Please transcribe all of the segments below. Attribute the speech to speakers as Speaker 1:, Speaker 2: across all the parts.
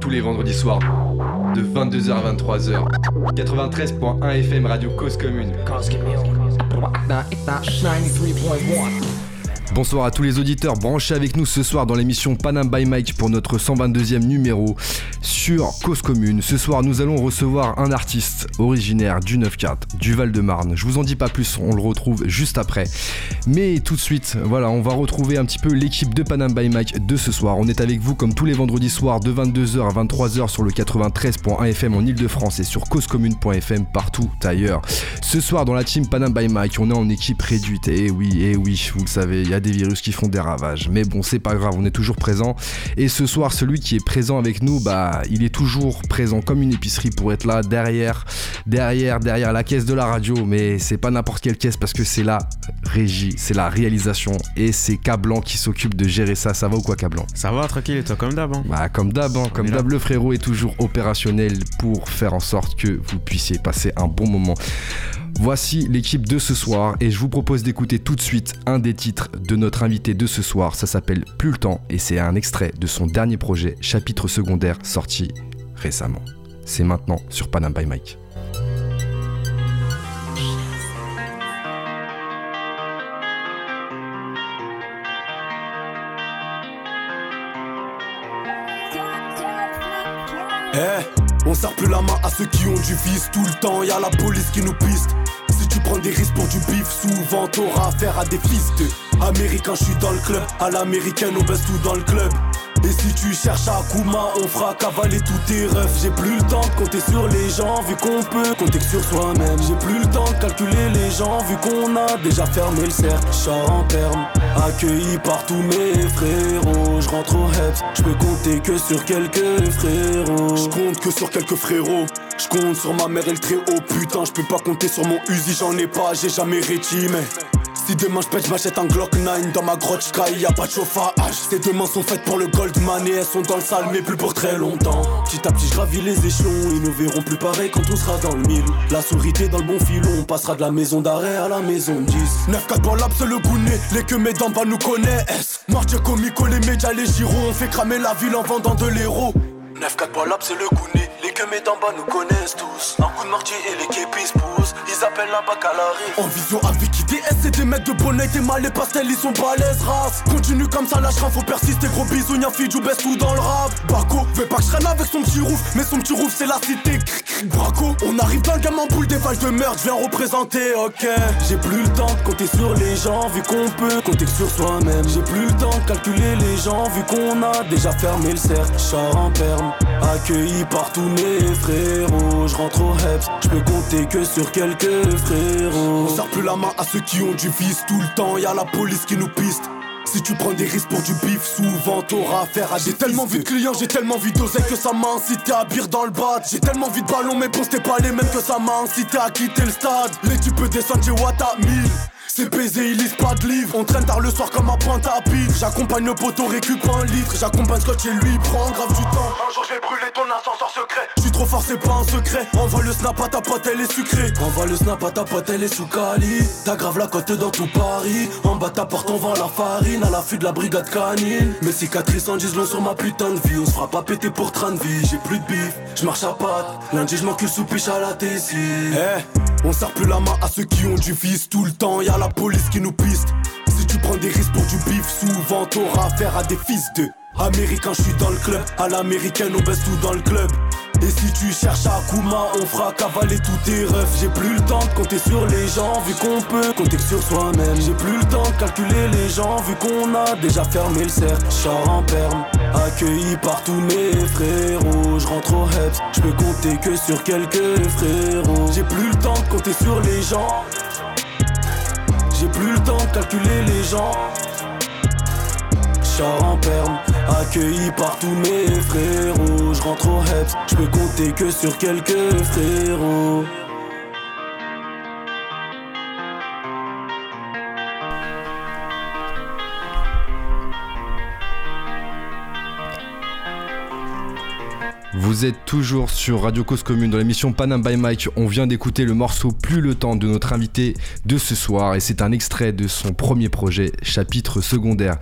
Speaker 1: Tous les vendredis soirs, de 22h à 23h, 93.1 FM Radio Cause Commune. Bonsoir à tous les auditeurs branchez avec nous ce soir dans l'émission Panam by Mike pour notre 122e numéro sur Cause Commune. Ce soir, nous allons recevoir un artiste originaire du 9-4, du Val-de-Marne. Je vous en dis pas plus, on le retrouve juste après. Mais tout de suite, voilà, on va retrouver un petit peu l'équipe de Panam by Mike de ce soir. On est avec vous comme tous les vendredis soirs de 22h à 23h sur le 93.1 FM en Ile-de-France et sur causecommune.fm partout ailleurs. Ce soir, dans la team Panam by Mike, on est en équipe réduite. Et oui, et oui, vous le savez, il y a des virus qui font des ravages. Mais bon, c'est pas grave, on est toujours présent. Et ce soir, celui qui est présent avec nous, bah, il est toujours présent comme une épicerie pour être là derrière, derrière, derrière la caisse de la radio. Mais c'est pas n'importe quelle caisse parce que c'est la régie, c'est la réalisation et c'est Cablan qui s'occupe de gérer ça. Ça va ou quoi, Cablan
Speaker 2: Ça va, tranquille, et toi, comme d'hab. hein
Speaker 1: Bah, comme d'hab, hein, comme
Speaker 2: est là.
Speaker 1: d'hab, le frérot est toujours opérationnel pour faire en sorte que vous puissiez passer un bon moment. Voici l'équipe de ce soir et je vous propose d'écouter tout de suite un des titres de notre invité de ce soir. Ça s'appelle Plus le temps et c'est un extrait de son dernier projet, chapitre secondaire, sorti récemment. C'est maintenant sur Panam by Mike.
Speaker 3: Eh, on sert plus la main à ceux qui ont du vice tout le temps, y a la police qui nous piste. Si tu prends des risques pour du bif, souvent t'auras affaire à des fils de Américains, je suis dans le club, à l'américaine on baisse tout dans le club. Et si tu cherches à Kuma, on fera cavaler tous tes refs. J'ai plus le temps de compter sur les gens, vu qu'on peut compter que sur soi-même. J'ai plus le temps de calculer les gens, vu qu'on a déjà fermé le cercle. Chat en terme, accueilli par tous mes frérots. Je rentre au Heps, je peux compter que sur quelques frérots. Je compte que sur quelques frérots. Je compte sur ma mère et le très haut. Putain, je peux pas compter sur mon Uzi, j'en ai pas, j'ai jamais réti, mais. Si demain je pète, j'achète un Glock 9 dans ma grotte, j'caille, y a pas de chauffage. Ces deux mains sont faites pour le Goldman et elles sont dans le sale, mais plus pour très longtemps. Petit à petit, je ravis les échelons, ils nous verront plus pareil quand on sera dans le mille. La souris t'est dans le bon filon, on passera de la maison d'arrêt à la maison de 10. 9-4 dans l'abs, le gounet, les que mes dents bas nous connaissent. Martier comico, les médias, les gyros, on fait cramer la ville en vendant de l'héros. 9-4 pour l'abs, le gounet, les que mes dents bas nous connaissent tous. Un coup de martier et les képis poussent, ils appellent la baccalauréat. En visio avec IDS, c'est des mecs de bonnet, t'es mal les pastels, ils sont balèzes, race. Continue comme ça, lâchera, faut persister, gros bisous, y'a fille, baisse tout dans le rap. Baco, fais pas que je traîne avec son petit rouf, mais son petit rouf, c'est la cité. Cric, cric, Braco, on arrive dans le gamme en boule, des vaches de merde, je viens représenter, ok. J'ai plus le temps de compter sur les gens, vu qu'on peut compter que sur soi-même. J'ai plus le temps de calculer les gens, vu qu'on a déjà fermé le cercle. Char en perme, accueilli par tous mes frérots. Je rentre au Heps, je peux compter que sur quelques frérots. On sert plus la main à ceux qui ont du vice tout le temps, y a la police qui nous piste. Si tu prends des risques pour du bif, souvent t'auras affaire à des J'ai tellement vu de clients, j'ai tellement vu d'oseille que ça m'a incité à bire dans le bat. J'ai tellement vu de ballons, mais bon, c'était pas les mêmes que ça m'a incité à quitter le stade. Les tu peux descendre chez Wata 1000. C'est baisé, ils lisent pas de livres. On traîne tard le soir comme un pointe à pitre. J'accompagne le poteau, récup un litre. J'accompagne Scott chez lui, il prend grave du temps. Un jour je vais brûler ton ascenseur secret. Je suis trop fort, c'est pas un secret. Envoie le snap à ta pote, elle est sucrée. Envoie le snap à ta pote, elle est sous Cali. T'aggraves la côte dans tout Paris. En bas de ta porte, on vend la farine à l'affût de la brigade canine. Mes cicatrices en disent long sur ma putain de vie. On se fera pas péter pour train de vie. J'ai plus de bif, je marche à pattes. Lundi, je m'encule sous piche à la Tessie. Eh, on sert plus la main à ceux qui ont du vice tout le temps. Y'a la police qui nous piste. Si tu prends des risques pour du bif, souvent t'auras affaire à des fils de Américains, je suis dans le club, à l'américaine on baisse tout dans le club Et si tu cherches à Kuma, on fera cavaler tous tes refs J'ai plus le temps de compter sur les gens, vu qu'on peut compter que sur soi-même J'ai plus le temps de calculer les gens, vu qu'on a déjà fermé le cercle Char en perme, accueilli par tous mes frérots Je rentre au Heps, je peux compter que sur quelques frérots J'ai plus le temps de compter sur les gens j'ai plus le temps de calculer les gens. Char en perme, accueilli par tous mes frérots. Je rentre au Heps, je peux compter que sur quelques frérots.
Speaker 1: Vous êtes toujours sur Radio Cause Commune dans l'émission Panam by Mike. On vient d'écouter le morceau Plus le temps de notre invité de ce soir et c'est un extrait de son premier projet, chapitre secondaire.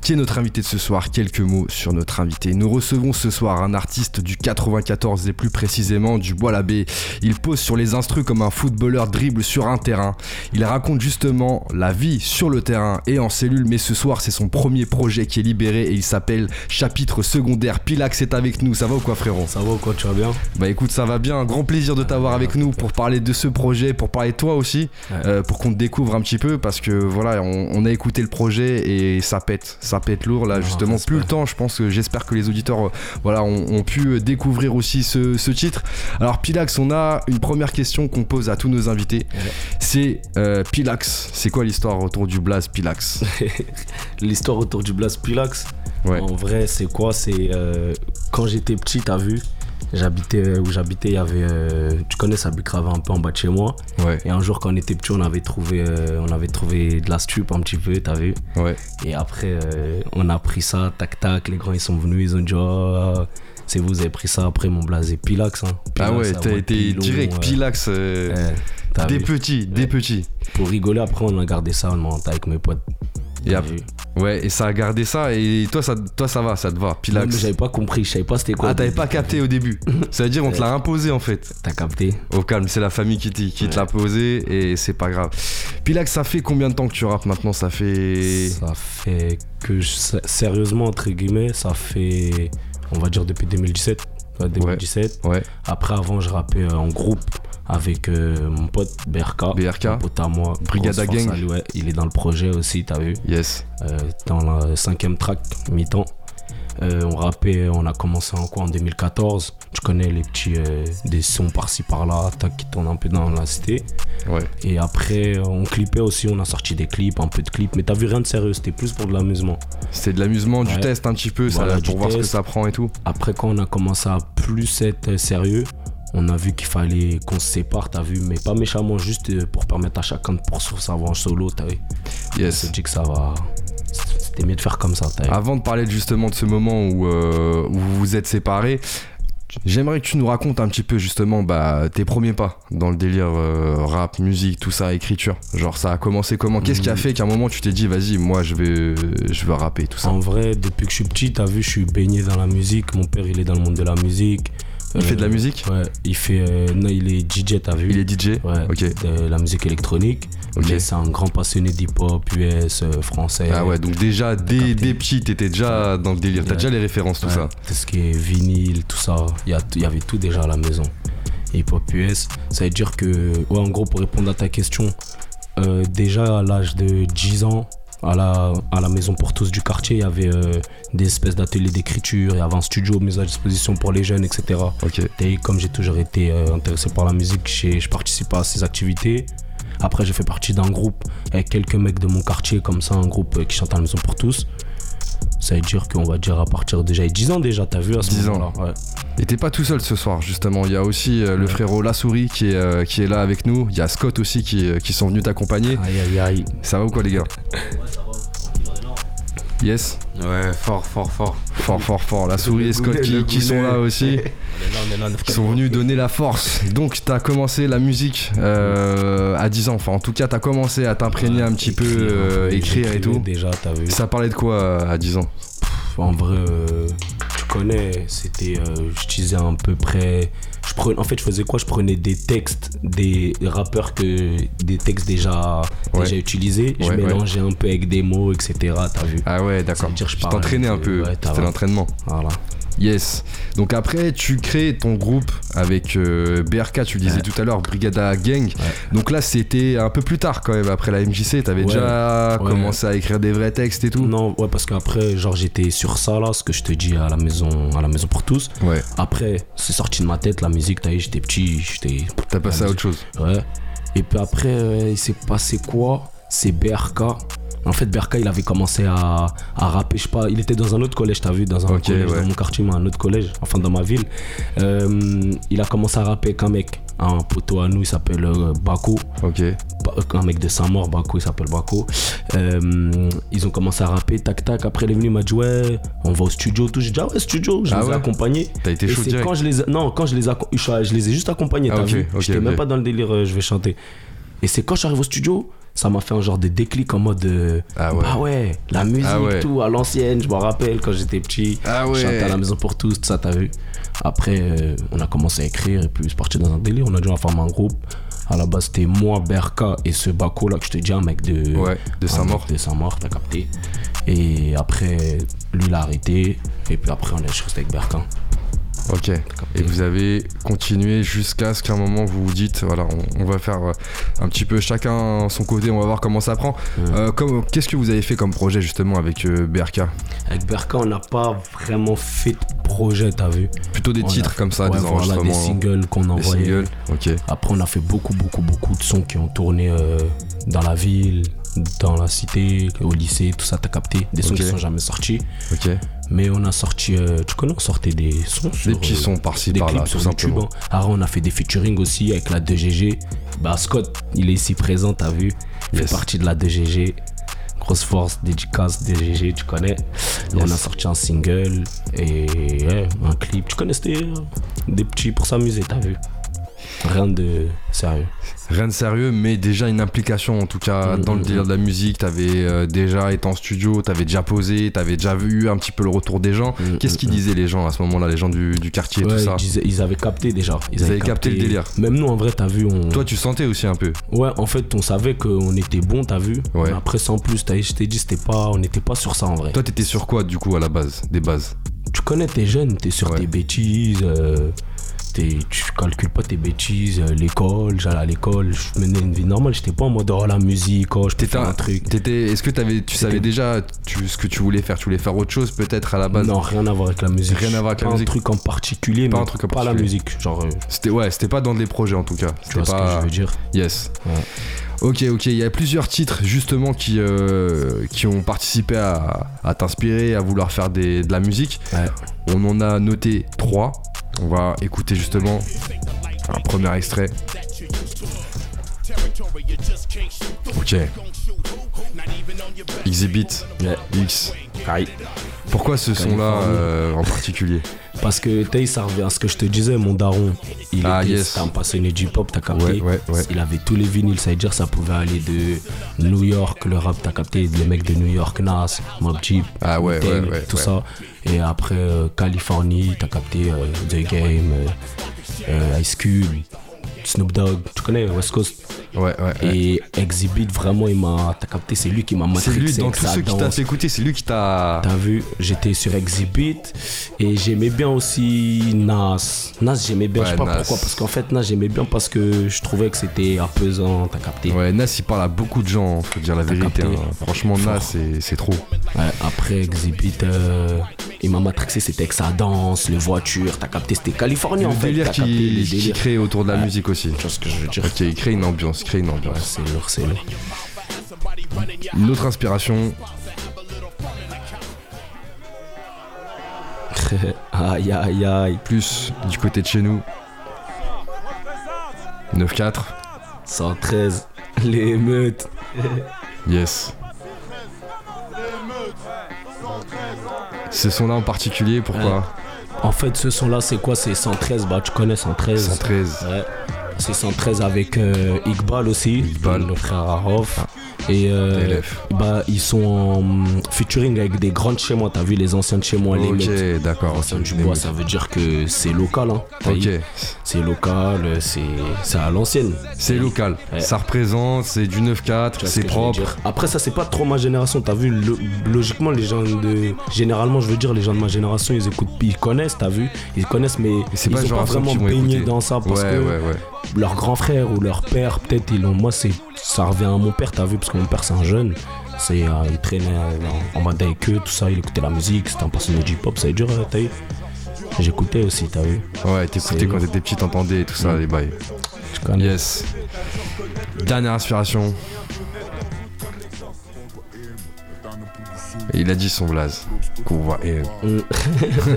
Speaker 1: Qui est notre invité de ce soir Quelques mots sur notre invité. Nous recevons ce soir un artiste du 94 et plus précisément du Bois-l'Abbé. Il pose sur les instrus comme un footballeur dribble sur un terrain. Il raconte justement la vie sur le terrain et en cellule, mais ce soir c'est son premier projet qui est libéré et il s'appelle Chapitre secondaire. Pilax est avec nous, ça va ou quoi frérot
Speaker 2: Ça va ou quoi, tu vas bien
Speaker 1: Bah écoute, ça va bien, un grand plaisir de t'avoir avec nous pour parler de ce projet, pour parler de toi aussi,
Speaker 2: Ouais.
Speaker 1: euh, pour qu'on te découvre un petit peu parce que voilà, on, on a écouté le projet et ça pète, ça pète lourd là
Speaker 2: Non,
Speaker 1: justement.
Speaker 2: j'espère.
Speaker 1: Plus le temps, je pense que j'espère que les auditeurs euh, voilà, ont, ont pu euh, découvrir aussi ce, ce titre. Alors Pilax, on a une première question qu'on pose à tous nos invités.
Speaker 2: Ouais.
Speaker 1: C'est euh, Pilax, c'est quoi l'histoire autour du Blaze Pilax
Speaker 2: L'histoire autour du Blast Pilax,
Speaker 1: Ouais.
Speaker 2: en vrai, c'est quoi C'est euh, quand j'étais petit, t'as vu J'habitais où j'habitais, il y avait. euh, tu connais ça bicrava un peu en bas de chez moi.
Speaker 1: Ouais,
Speaker 2: Et un jour, quand on était petit, on avait trouvé, euh, on avait trouvé de la stupe un petit peu, t'as vu
Speaker 1: ouais. Ah
Speaker 2: Et après, euh, on a pris ça, tac tac. Les grands, ils sont venus, ils ont dit Oh, c'est vous, vous avez pris ça. Après, mon blasé Pilax. Hein.
Speaker 1: Ah
Speaker 2: Pilax,
Speaker 1: ouais,
Speaker 2: la
Speaker 1: t'as
Speaker 2: boîte
Speaker 1: été
Speaker 2: pilon,
Speaker 1: direct
Speaker 2: euh,
Speaker 1: Pilax. euh,
Speaker 2: ouais, t'as
Speaker 1: des
Speaker 2: vu.
Speaker 1: petits, des petits.
Speaker 2: Pour rigoler, après, on a gardé ça, on a avec mes potes.
Speaker 1: Et
Speaker 2: T'as
Speaker 1: ap-
Speaker 2: vu
Speaker 1: Ouais, et ça a gardé ça, et toi, ça, toi, ça va, ça te va,
Speaker 2: Non, mais
Speaker 1: Pilax.
Speaker 2: J'avais pas compris, je savais pas c'était quoi.
Speaker 1: ah, t'avais pas capté au début. C'est-à-dire, on te l'a imposé en fait.
Speaker 2: T'as capté
Speaker 1: Au calme, c'est la famille qui, t'y- qui te l'a posé, et c'est pas grave. Pilax, ça fait combien de temps que tu rappes maintenant Ça fait.
Speaker 2: Ça fait que je- sé- sérieusement entre guillemets, ça fait on va dire depuis 2017. Ouais, 2017.
Speaker 1: Ouais,
Speaker 2: Après avant je rappais euh, en groupe avec euh, mon pote BRK.
Speaker 1: BRK.
Speaker 2: Mon pote à moi.
Speaker 1: Brigada
Speaker 2: grosse force
Speaker 1: Gang.
Speaker 2: à lui, ouais. Il est dans le projet aussi, t'as vu.
Speaker 1: yes.
Speaker 2: Euh, dans la cinquième track, mi-temps. Euh, on rappait, on a commencé en quoi en 2014. Tu connais les petits euh, des sons par-ci par-là, tac, qui tournent un peu dans la cité.
Speaker 1: Ouais,
Speaker 2: Et après, euh, on clippait aussi, on a sorti des clips, un peu de clips, mais t'as vu rien de sérieux, c'était plus pour de l'amusement.
Speaker 1: c'est de l'amusement, du
Speaker 2: Ouais.
Speaker 1: test un petit peu, ça,
Speaker 2: Voilà, du
Speaker 1: pour voir ce que
Speaker 2: test.
Speaker 1: ça prend et tout.
Speaker 2: Après, quand on a commencé à plus être euh, sérieux, on a vu qu'il fallait qu'on se sépare, t'as vu, mais pas méchamment, juste euh, pour permettre à chacun de poursuivre sa voie en solo, t'as vu. On
Speaker 1: Yes.
Speaker 2: s'est dit que ça va. C'était mieux de faire comme ça, t'as vu.
Speaker 1: Avant de parler de- justement de ce moment où, euh, où vous vous êtes séparés, j'aimerais que tu nous racontes un petit peu justement bah, tes premiers pas dans le délire euh, rap, musique, tout ça, écriture. Genre ça a commencé comment Qu'est-ce
Speaker 2: Mm.
Speaker 1: qui a fait qu'à un moment tu t'es dit vas-y, moi je vais, je veux rapper, tout ça
Speaker 2: En vrai, depuis que je suis petit, t'as vu, je suis baigné dans la musique. Mon père, il est dans le monde de la musique.
Speaker 1: Il fait de la
Speaker 2: Euh,
Speaker 1: musique
Speaker 2: Ouais, il fait. euh, non, il est DJ, t'as vu.
Speaker 1: Il est DJ
Speaker 2: Ouais,
Speaker 1: Ok.
Speaker 2: de la musique électronique.
Speaker 1: Ok.
Speaker 2: Mais c'est un grand passionné d'hip-hop, US, euh, français.
Speaker 1: Ah ouais, donc déjà dès,
Speaker 2: capté.
Speaker 1: dès petit, t'étais déjà dans le délire, t'as
Speaker 2: Ouais.
Speaker 1: déjà les références, tout
Speaker 2: Ouais,
Speaker 1: ça.
Speaker 2: Tout ce qui est vinyle, tout ça. Il y, a tout- il y avait tout déjà à la maison. Hip-hop US. Ça veut dire que, ouais, en gros, pour répondre à ta question, euh, déjà à l'âge de 10 ans, à la, à la maison pour tous du quartier, il y avait euh, des espèces d'ateliers d'écriture, il y avait un studio mis à disposition pour les jeunes, etc.
Speaker 1: Ok.
Speaker 2: Et comme j'ai toujours été euh, intéressé par la musique, j'ai- je participe à ces activités. Après, j'ai fait partie d'un groupe avec quelques mecs de mon quartier, comme ça, un groupe euh, qui chante à la maison pour tous. Ça veut dire qu'on va dire à partir déjà 10 ans déjà, t'as vu à ce
Speaker 1: 10 ans.
Speaker 2: moment-là. ouais.
Speaker 1: Et t'es pas tout seul ce soir, justement. Il y a aussi euh, le frérot La Souris qui est, euh, qui est là avec nous. Il y a Scott aussi qui, euh, qui sont venus t'accompagner.
Speaker 2: Aïe aïe aïe.
Speaker 1: Ça va ou quoi, les gars Yes,
Speaker 4: Ouais, fort, fort, fort.
Speaker 1: fort, fort, fort. La souris
Speaker 4: Le
Speaker 1: et Scott
Speaker 4: goulet,
Speaker 1: qui,
Speaker 4: le
Speaker 1: qui sont
Speaker 4: goulet.
Speaker 1: là aussi,
Speaker 2: On est là, on est là, neuf
Speaker 1: qui sont venus donner la force. Donc, t'as commencé la musique euh, à 10 ans. Enfin, en tout cas, t'as commencé à t'imprégner un petit peu, euh, écrire et
Speaker 2: J'écrivais
Speaker 1: tout.
Speaker 2: Déjà, t'as vu.
Speaker 1: Ça parlait de quoi euh, à 10 ans
Speaker 2: En vrai, euh, tu connais, c'était, euh, je disais à peu près. Je prenais, en fait, je faisais quoi Je prenais des textes des rappeurs que des textes déjà,
Speaker 1: Ouais.
Speaker 2: déjà utilisés, je
Speaker 1: Ouais, ouais.
Speaker 2: mélangeais un peu avec des mots, etc. T'as vu
Speaker 1: Ah ouais, d'accord.
Speaker 2: veut dire je
Speaker 1: Tu
Speaker 2: parlais
Speaker 1: t'entraînais un
Speaker 2: de-
Speaker 1: peu.
Speaker 2: ouais, t'as
Speaker 1: C'était
Speaker 2: raison.
Speaker 1: l'entraînement.
Speaker 2: Voilà.
Speaker 1: Yes. Donc après, tu crées ton groupe avec euh, BRK, tu le disais
Speaker 2: Ouais.
Speaker 1: tout à l'heure, Brigada Gang. Donc là, c'était un peu plus tard quand même, après la MJC. T'avais
Speaker 2: Ouais.
Speaker 1: déjà
Speaker 2: Ouais.
Speaker 1: commencé à écrire des vrais textes et tout.
Speaker 2: Non, ouais, parce qu'après, genre, j'étais sur ça là, ce que je te dis à la maison, à la maison pour tous.
Speaker 1: Ouais,
Speaker 2: Après, c'est sorti de ma tête la musique. T'as vu, j'étais petit, j'étais
Speaker 1: t'as passé à autre chose.
Speaker 2: Ouais. Et puis après, euh, il s'est passé quoi C'est BRK. En fait, Berka, il avait commencé à, à rapper, je sais pas, il était dans un autre collège, t'as vu, dans un
Speaker 1: Ok,
Speaker 2: collège,
Speaker 1: ouais.
Speaker 2: dans mon quartier, mais un autre collège, enfin dans ma ville. Euh, il a commencé à rapper avec un mec, un poteau à nous, il s'appelle euh, Bako.
Speaker 1: Ok.
Speaker 2: Ba- un mec de Saint-Maur, Bako, il s'appelle Bako. Euh, ils ont commencé à rapper, tac tac. Après, il est venu, il m'a dit ouais, on va au studio, tout. J'ai dit ah ouais, studio. Je
Speaker 1: Ah
Speaker 2: les
Speaker 1: ouais.
Speaker 2: ai accompagnés.
Speaker 1: T'as été
Speaker 2: Et
Speaker 1: chaud
Speaker 2: c'est
Speaker 1: direct.
Speaker 2: quand je les, a- non, quand je les, acco- je, je les ai juste accompagnés.
Speaker 1: Ah,
Speaker 2: t'as
Speaker 1: ok,
Speaker 2: vu
Speaker 1: ok,
Speaker 2: J'étais
Speaker 1: ok.
Speaker 2: même pas dans le délire, euh, je vais chanter. Et c'est quand je suis arrivé au studio, ça m'a fait un genre de déclic en mode euh,
Speaker 1: Ah ouais.
Speaker 2: bah ouais, la musique,
Speaker 1: Ah ouais.
Speaker 2: tout à l'ancienne. Je m'en rappelle quand j'étais petit.
Speaker 1: Ah ouais.
Speaker 2: Je chantais à la maison pour tous, tout ça, t'as vu. Après, euh, on a commencé à écrire et puis c'est parti dans un délire. On a dû en former un groupe. À la base, c'était moi, Berka et ce Bako là que je te dis, un mec de,
Speaker 1: Ouais, de
Speaker 2: un
Speaker 1: Saint-Maur.
Speaker 2: mec De Saint-Maur, t'as capté. Et après, lui l'a arrêté. Et puis après, on est je suis resté avec Berka.
Speaker 1: Ok. Et vous avez continué jusqu'à ce qu'à un moment vous vous dites, voilà, on, on va faire euh, un petit peu chacun son côté, on va voir comment ça prend. Euh, comme- Qu'est-ce que vous avez fait comme projet justement avec euh, BRK
Speaker 2: Avec Berka, on n'a pas vraiment fait de projet, t'as vu.
Speaker 1: Plutôt des
Speaker 2: On a-
Speaker 1: titres comme ça,
Speaker 2: Ouais,
Speaker 1: des
Speaker 2: voilà,
Speaker 1: enregistrements.
Speaker 2: des singles qu'on
Speaker 1: des
Speaker 2: envoyait.
Speaker 1: singles. Ok.
Speaker 2: Après, on a fait beaucoup, beaucoup, beaucoup de sons qui ont tourné euh, dans la ville, dans la cité, au lycée, tout ça, t'as capté. Des sons
Speaker 1: Ok.
Speaker 2: qui sont jamais sortis.
Speaker 1: Ok.
Speaker 2: Mais on a sorti, euh, tu connais, on sortait des sons sur,
Speaker 1: Des petits
Speaker 2: euh,
Speaker 1: sons par-ci
Speaker 2: des
Speaker 1: par-là,
Speaker 2: clips
Speaker 1: tout
Speaker 2: sur YouTube.
Speaker 1: simplement.
Speaker 2: hein. Après, on a fait des featuring aussi avec la 2GG. Bah, Scott, il est ici présent, t'as vu. Il
Speaker 1: Yes.
Speaker 2: fait partie de la 2GG. Grosse force, dédicace, 2GG, tu connais. Et
Speaker 1: Yes.
Speaker 2: On a sorti un single et ouais, un clip. Tu connais, c'était euh, des petits pour s'amuser, t'as vu. Rien de sérieux.
Speaker 1: Rien de sérieux, mais déjà une implication en tout cas
Speaker 2: Mm,
Speaker 1: dans le
Speaker 2: mm,
Speaker 1: délire de la musique. T'avais euh, déjà été en studio, t'avais déjà posé, t'avais déjà vu un petit peu le retour des gens.
Speaker 2: Mm,
Speaker 1: Qu'est-ce
Speaker 2: mm,
Speaker 1: qu'ils disaient les gens à ce moment-là, les gens du, du quartier,
Speaker 2: Ouais,
Speaker 1: tout ça
Speaker 2: ils, disaient- ils avaient capté déjà.
Speaker 1: Ils avaient capté le délire.
Speaker 2: Même nous, en vrai, t'as vu, on,
Speaker 1: Toi, tu sentais aussi un peu.
Speaker 2: Ouais, en fait, on savait qu'on était bon, t'as vu.
Speaker 1: Ouais.
Speaker 2: Mais après, sans plus, t'as, je t'ai dit, c'était pas, on n'était pas sur ça en vrai.
Speaker 1: Toi, t'étais sur quoi du coup à la base Des bases
Speaker 2: Tu connais tes jeunes, t'es sur
Speaker 1: Ouais.
Speaker 2: tes bêtises, euh, t'es- tu calcules pas tes bêtises, euh, l'école, j'allais à l'école, je menais une vie normale, j'étais pas en mode, oh la musique, oh, je peux
Speaker 1: T'étais
Speaker 2: faire
Speaker 1: un
Speaker 2: un truc.
Speaker 1: T'étais. Est-ce que t'avais, tu savais déjà tu- ce que tu voulais faire Tu voulais faire autre chose peut-être à la base
Speaker 2: Non, rien à voir avec la musique.
Speaker 1: Rien à voir avec la
Speaker 2: Pas
Speaker 1: musique.
Speaker 2: un truc en particulier,
Speaker 1: Pas
Speaker 2: mais
Speaker 1: un truc en
Speaker 2: pas la
Speaker 1: particulier.
Speaker 2: musique. Genre, euh,
Speaker 1: C'était ouais, c'était pas dans les projets en tout cas.
Speaker 2: tu
Speaker 1: C'était
Speaker 2: vois ce
Speaker 1: pas-
Speaker 2: que je veux dire.
Speaker 1: Yes.
Speaker 2: Ouais.
Speaker 1: Ok, ok. Il y a plusieurs titres justement qui euh, qui ont participé à, à t'inspirer, à vouloir faire des- de la musique.
Speaker 2: Ouais.
Speaker 1: On en a noté trois. On va écouter justement un premier extrait. Ok. Exhibit
Speaker 2: Ouais.
Speaker 1: X.
Speaker 2: Aïe.
Speaker 1: Pourquoi ce son-là
Speaker 2: Californie.
Speaker 1: euh, en particulier
Speaker 2: Parce que Tay, ça revient à ce que je te disais, mon daron. Il
Speaker 1: Ah,
Speaker 2: était
Speaker 1: yes.
Speaker 2: c'était un passionné du hip-hop, t'as capté.
Speaker 1: Ouais, ouais, ouais.
Speaker 2: Il avait tous les vinyles, ça veut dire ça pouvait aller de New York, le rap, t'as capté, les mecs de New York, Nas, Mob Jeep,
Speaker 1: Ah ouais,
Speaker 2: Wu-Tang,
Speaker 1: ouais, ouais,
Speaker 2: tout
Speaker 1: ouais.
Speaker 2: ça. Et après, euh, Californie, t'as capté euh, The Game, euh, euh, Ice Cube, Snoop Dogg, tu connais West Coast.
Speaker 1: Ouais, ouais. ouais.
Speaker 2: Et Exhibit, vraiment, il m'a, t'as capté, c'est lui qui m'a
Speaker 1: C'est
Speaker 2: matrixé
Speaker 1: lui, dans
Speaker 2: avec
Speaker 1: tous
Speaker 2: sa
Speaker 1: ceux qui t'a
Speaker 2: danse.
Speaker 1: fait écouter, c'est lui qui t'a.
Speaker 2: T'as vu, j'étais sur Exhibit et j'aimais bien aussi Nas. Nas, j'aimais bien,
Speaker 1: Ouais,
Speaker 2: je sais pas
Speaker 1: Nas.
Speaker 2: pourquoi, parce qu'en fait, Nas, j'aimais bien parce que je trouvais que c'était apaisant, t'as capté.
Speaker 1: Ouais, Nas il parle à beaucoup de gens, faut dire la vérité.
Speaker 2: capté.
Speaker 1: hein. Franchement, Nas c'est c'est trop.
Speaker 2: Ouais, après Exhibit, euh, il m'a matrixé, c'était avec sa danse, les voitures, t'as capté, c'était Californie
Speaker 1: Le
Speaker 2: en fait.
Speaker 1: délire
Speaker 2: t'as capté, les
Speaker 1: qui, qui
Speaker 2: délires.
Speaker 1: crée autour de la musique aussi.
Speaker 2: Tu vois ce que je veux dire
Speaker 1: Ok, il crée une ambiance, il crée une
Speaker 2: Ouais,
Speaker 1: ambiance.
Speaker 2: c'est lourd, c'est lourd.
Speaker 1: Une autre inspiration,
Speaker 2: aïe, aïe, aïe.
Speaker 1: plus du côté de chez nous. 9-4,
Speaker 2: 113, les émeutes.
Speaker 1: yes. Ce son-là en particulier, pourquoi
Speaker 2: En fait, ce son-là, c'est quoi C'est 113, bah tu connais 113.
Speaker 1: 113.
Speaker 2: Ouais. C'est 113 avec euh, Iqbal aussi,
Speaker 1: Iqbal.
Speaker 2: le frère Harof. Et euh,
Speaker 1: TLF.
Speaker 2: bah, ils sont en mm, featuring avec des grandes chez moi. T'as vu les anciens de chez moi, les mecs.
Speaker 1: Ok, d'accord.
Speaker 2: Anciens du
Speaker 1: les
Speaker 2: bois,
Speaker 1: mecs.
Speaker 2: ça veut dire que c'est local. Hein, T'as
Speaker 1: Ok,
Speaker 2: vu C'est local, c'est c'est à l'ancienne.
Speaker 1: c'est local,
Speaker 2: Ouais.
Speaker 1: ça représente, c'est du 9-4,
Speaker 2: Tu vois ce
Speaker 1: c'est
Speaker 2: que je veux
Speaker 1: propre.
Speaker 2: dire. Après, ça, c'est pas trop ma génération. T'as vu, lo- logiquement, les gens de. Généralement, je veux dire, les gens de ma génération, ils écoutent, ils connaissent, t'as vu, ils connaissent, mais
Speaker 1: Et c'est
Speaker 2: ils
Speaker 1: pas
Speaker 2: ont
Speaker 1: genre
Speaker 2: pas
Speaker 1: un son
Speaker 2: vraiment
Speaker 1: qu'ils vont
Speaker 2: baigné
Speaker 1: écouter.
Speaker 2: dans ça parce
Speaker 1: ouais,
Speaker 2: que
Speaker 1: ouais, ouais.
Speaker 2: leur grand frère ou leur père, peut-être ils l'ont. Moi, c'est ça revient à mon père, t'as vu, parce que mon père c'est un jeune. C'est, euh, il traînait en, en mode avec eux, tout ça, il écoutait la musique, c'était un passionné du hip-hop, ça a dur, t'as vu. J'écoutais aussi, t'as vu.
Speaker 1: Ouais, t'écoutais
Speaker 2: C'est-
Speaker 1: quand t'étais petit, t'entendais et tout ça,
Speaker 2: Mm.
Speaker 1: les bails.
Speaker 2: Tu connais.
Speaker 1: Yes. Dernière inspiration. Et il a dit son blaze. Qu'on voit. Et,
Speaker 2: Mm.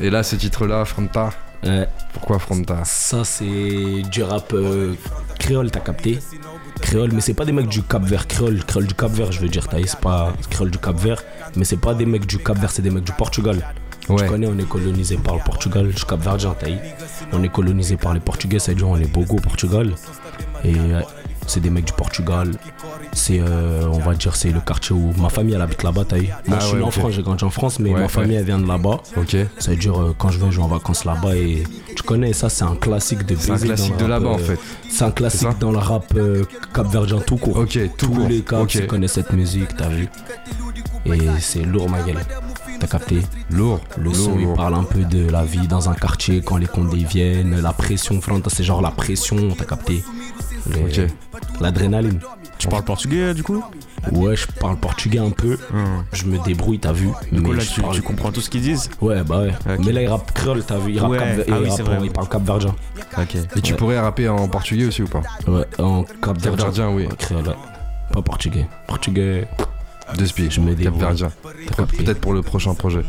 Speaker 1: et là, ce titre-là, Fronta.
Speaker 2: Ouais.
Speaker 1: Pourquoi Fronta
Speaker 2: Ça, c'est du rap euh, créole, t'as capté Créole, mais c'est pas des mecs du Cap Vert. Créole, créole du Cap Vert, je veux dire, t'as c'est pas créole du Cap Vert, mais c'est pas des mecs du Cap Vert, c'est des mecs du Portugal.
Speaker 1: Ouais.
Speaker 2: Tu connais, on est colonisé par le Portugal, je suis Cap Verdien, t'as On est colonisé par les Portugais, ça veut dire on est bogo au Portugal. Et ouais, c'est des mecs du Portugal. C'est, euh, on va dire, c'est le quartier où ma famille elle habite là-bas, t'as Moi,
Speaker 1: Ah
Speaker 2: je suis
Speaker 1: ouais,
Speaker 2: né en
Speaker 1: ok.
Speaker 2: France, j'ai grandi en France, mais
Speaker 1: Ouais,
Speaker 2: ma famille
Speaker 1: ouais.
Speaker 2: elle vient de là-bas.
Speaker 1: Ok.
Speaker 2: Ça veut dire euh, quand je vais, je vais en vacances là-bas et tu connais ça, c'est un classique de
Speaker 1: C'est un
Speaker 2: baiser dans
Speaker 1: classique
Speaker 2: le
Speaker 1: de
Speaker 2: rap,
Speaker 1: là-bas en
Speaker 2: euh,
Speaker 1: fait.
Speaker 2: C'est un classique
Speaker 1: ça
Speaker 2: dans le rap euh, capverdien tout court.
Speaker 1: Ok, tout
Speaker 2: Tous
Speaker 1: court.
Speaker 2: les caps
Speaker 1: Ok.
Speaker 2: ils connaissent cette musique, t'as vu Et c'est lourd ma gueule. T'as capté
Speaker 1: Lourd.
Speaker 2: le son, il parle un peu de la vie dans un quartier, quand les condés viennent, la pression, Franta, c'est genre la pression, t'as capté Les-
Speaker 1: Ok.
Speaker 2: L'adrénaline.
Speaker 4: Tu parles portugais du coup
Speaker 2: Ouais, je parle portugais un peu,
Speaker 1: Hum.
Speaker 2: je me débrouille, t'as vu
Speaker 4: Du coup, là,
Speaker 2: je
Speaker 4: tu,
Speaker 2: parle-
Speaker 4: tu comprends tout ce qu'ils disent
Speaker 2: Ouais, bah ouais.
Speaker 4: Ok.
Speaker 2: Mais là, il rappe créole, t'as vu Il rappe
Speaker 4: Ouais,
Speaker 2: cap,
Speaker 4: ah oui, c'est vrai.
Speaker 2: il parle capverdien.
Speaker 4: Ok.
Speaker 1: Et tu
Speaker 2: Ouais.
Speaker 1: pourrais rapper en portugais aussi ou pas
Speaker 2: Ouais, en capverdien.
Speaker 1: Capverdien, oui.
Speaker 2: Ouais, créole, ouais. Pas portugais. Portugais,
Speaker 1: De spi.
Speaker 2: Je me débrouille.
Speaker 1: Capverdien.
Speaker 2: t'as capté.
Speaker 1: Peut-être pour le prochain projet.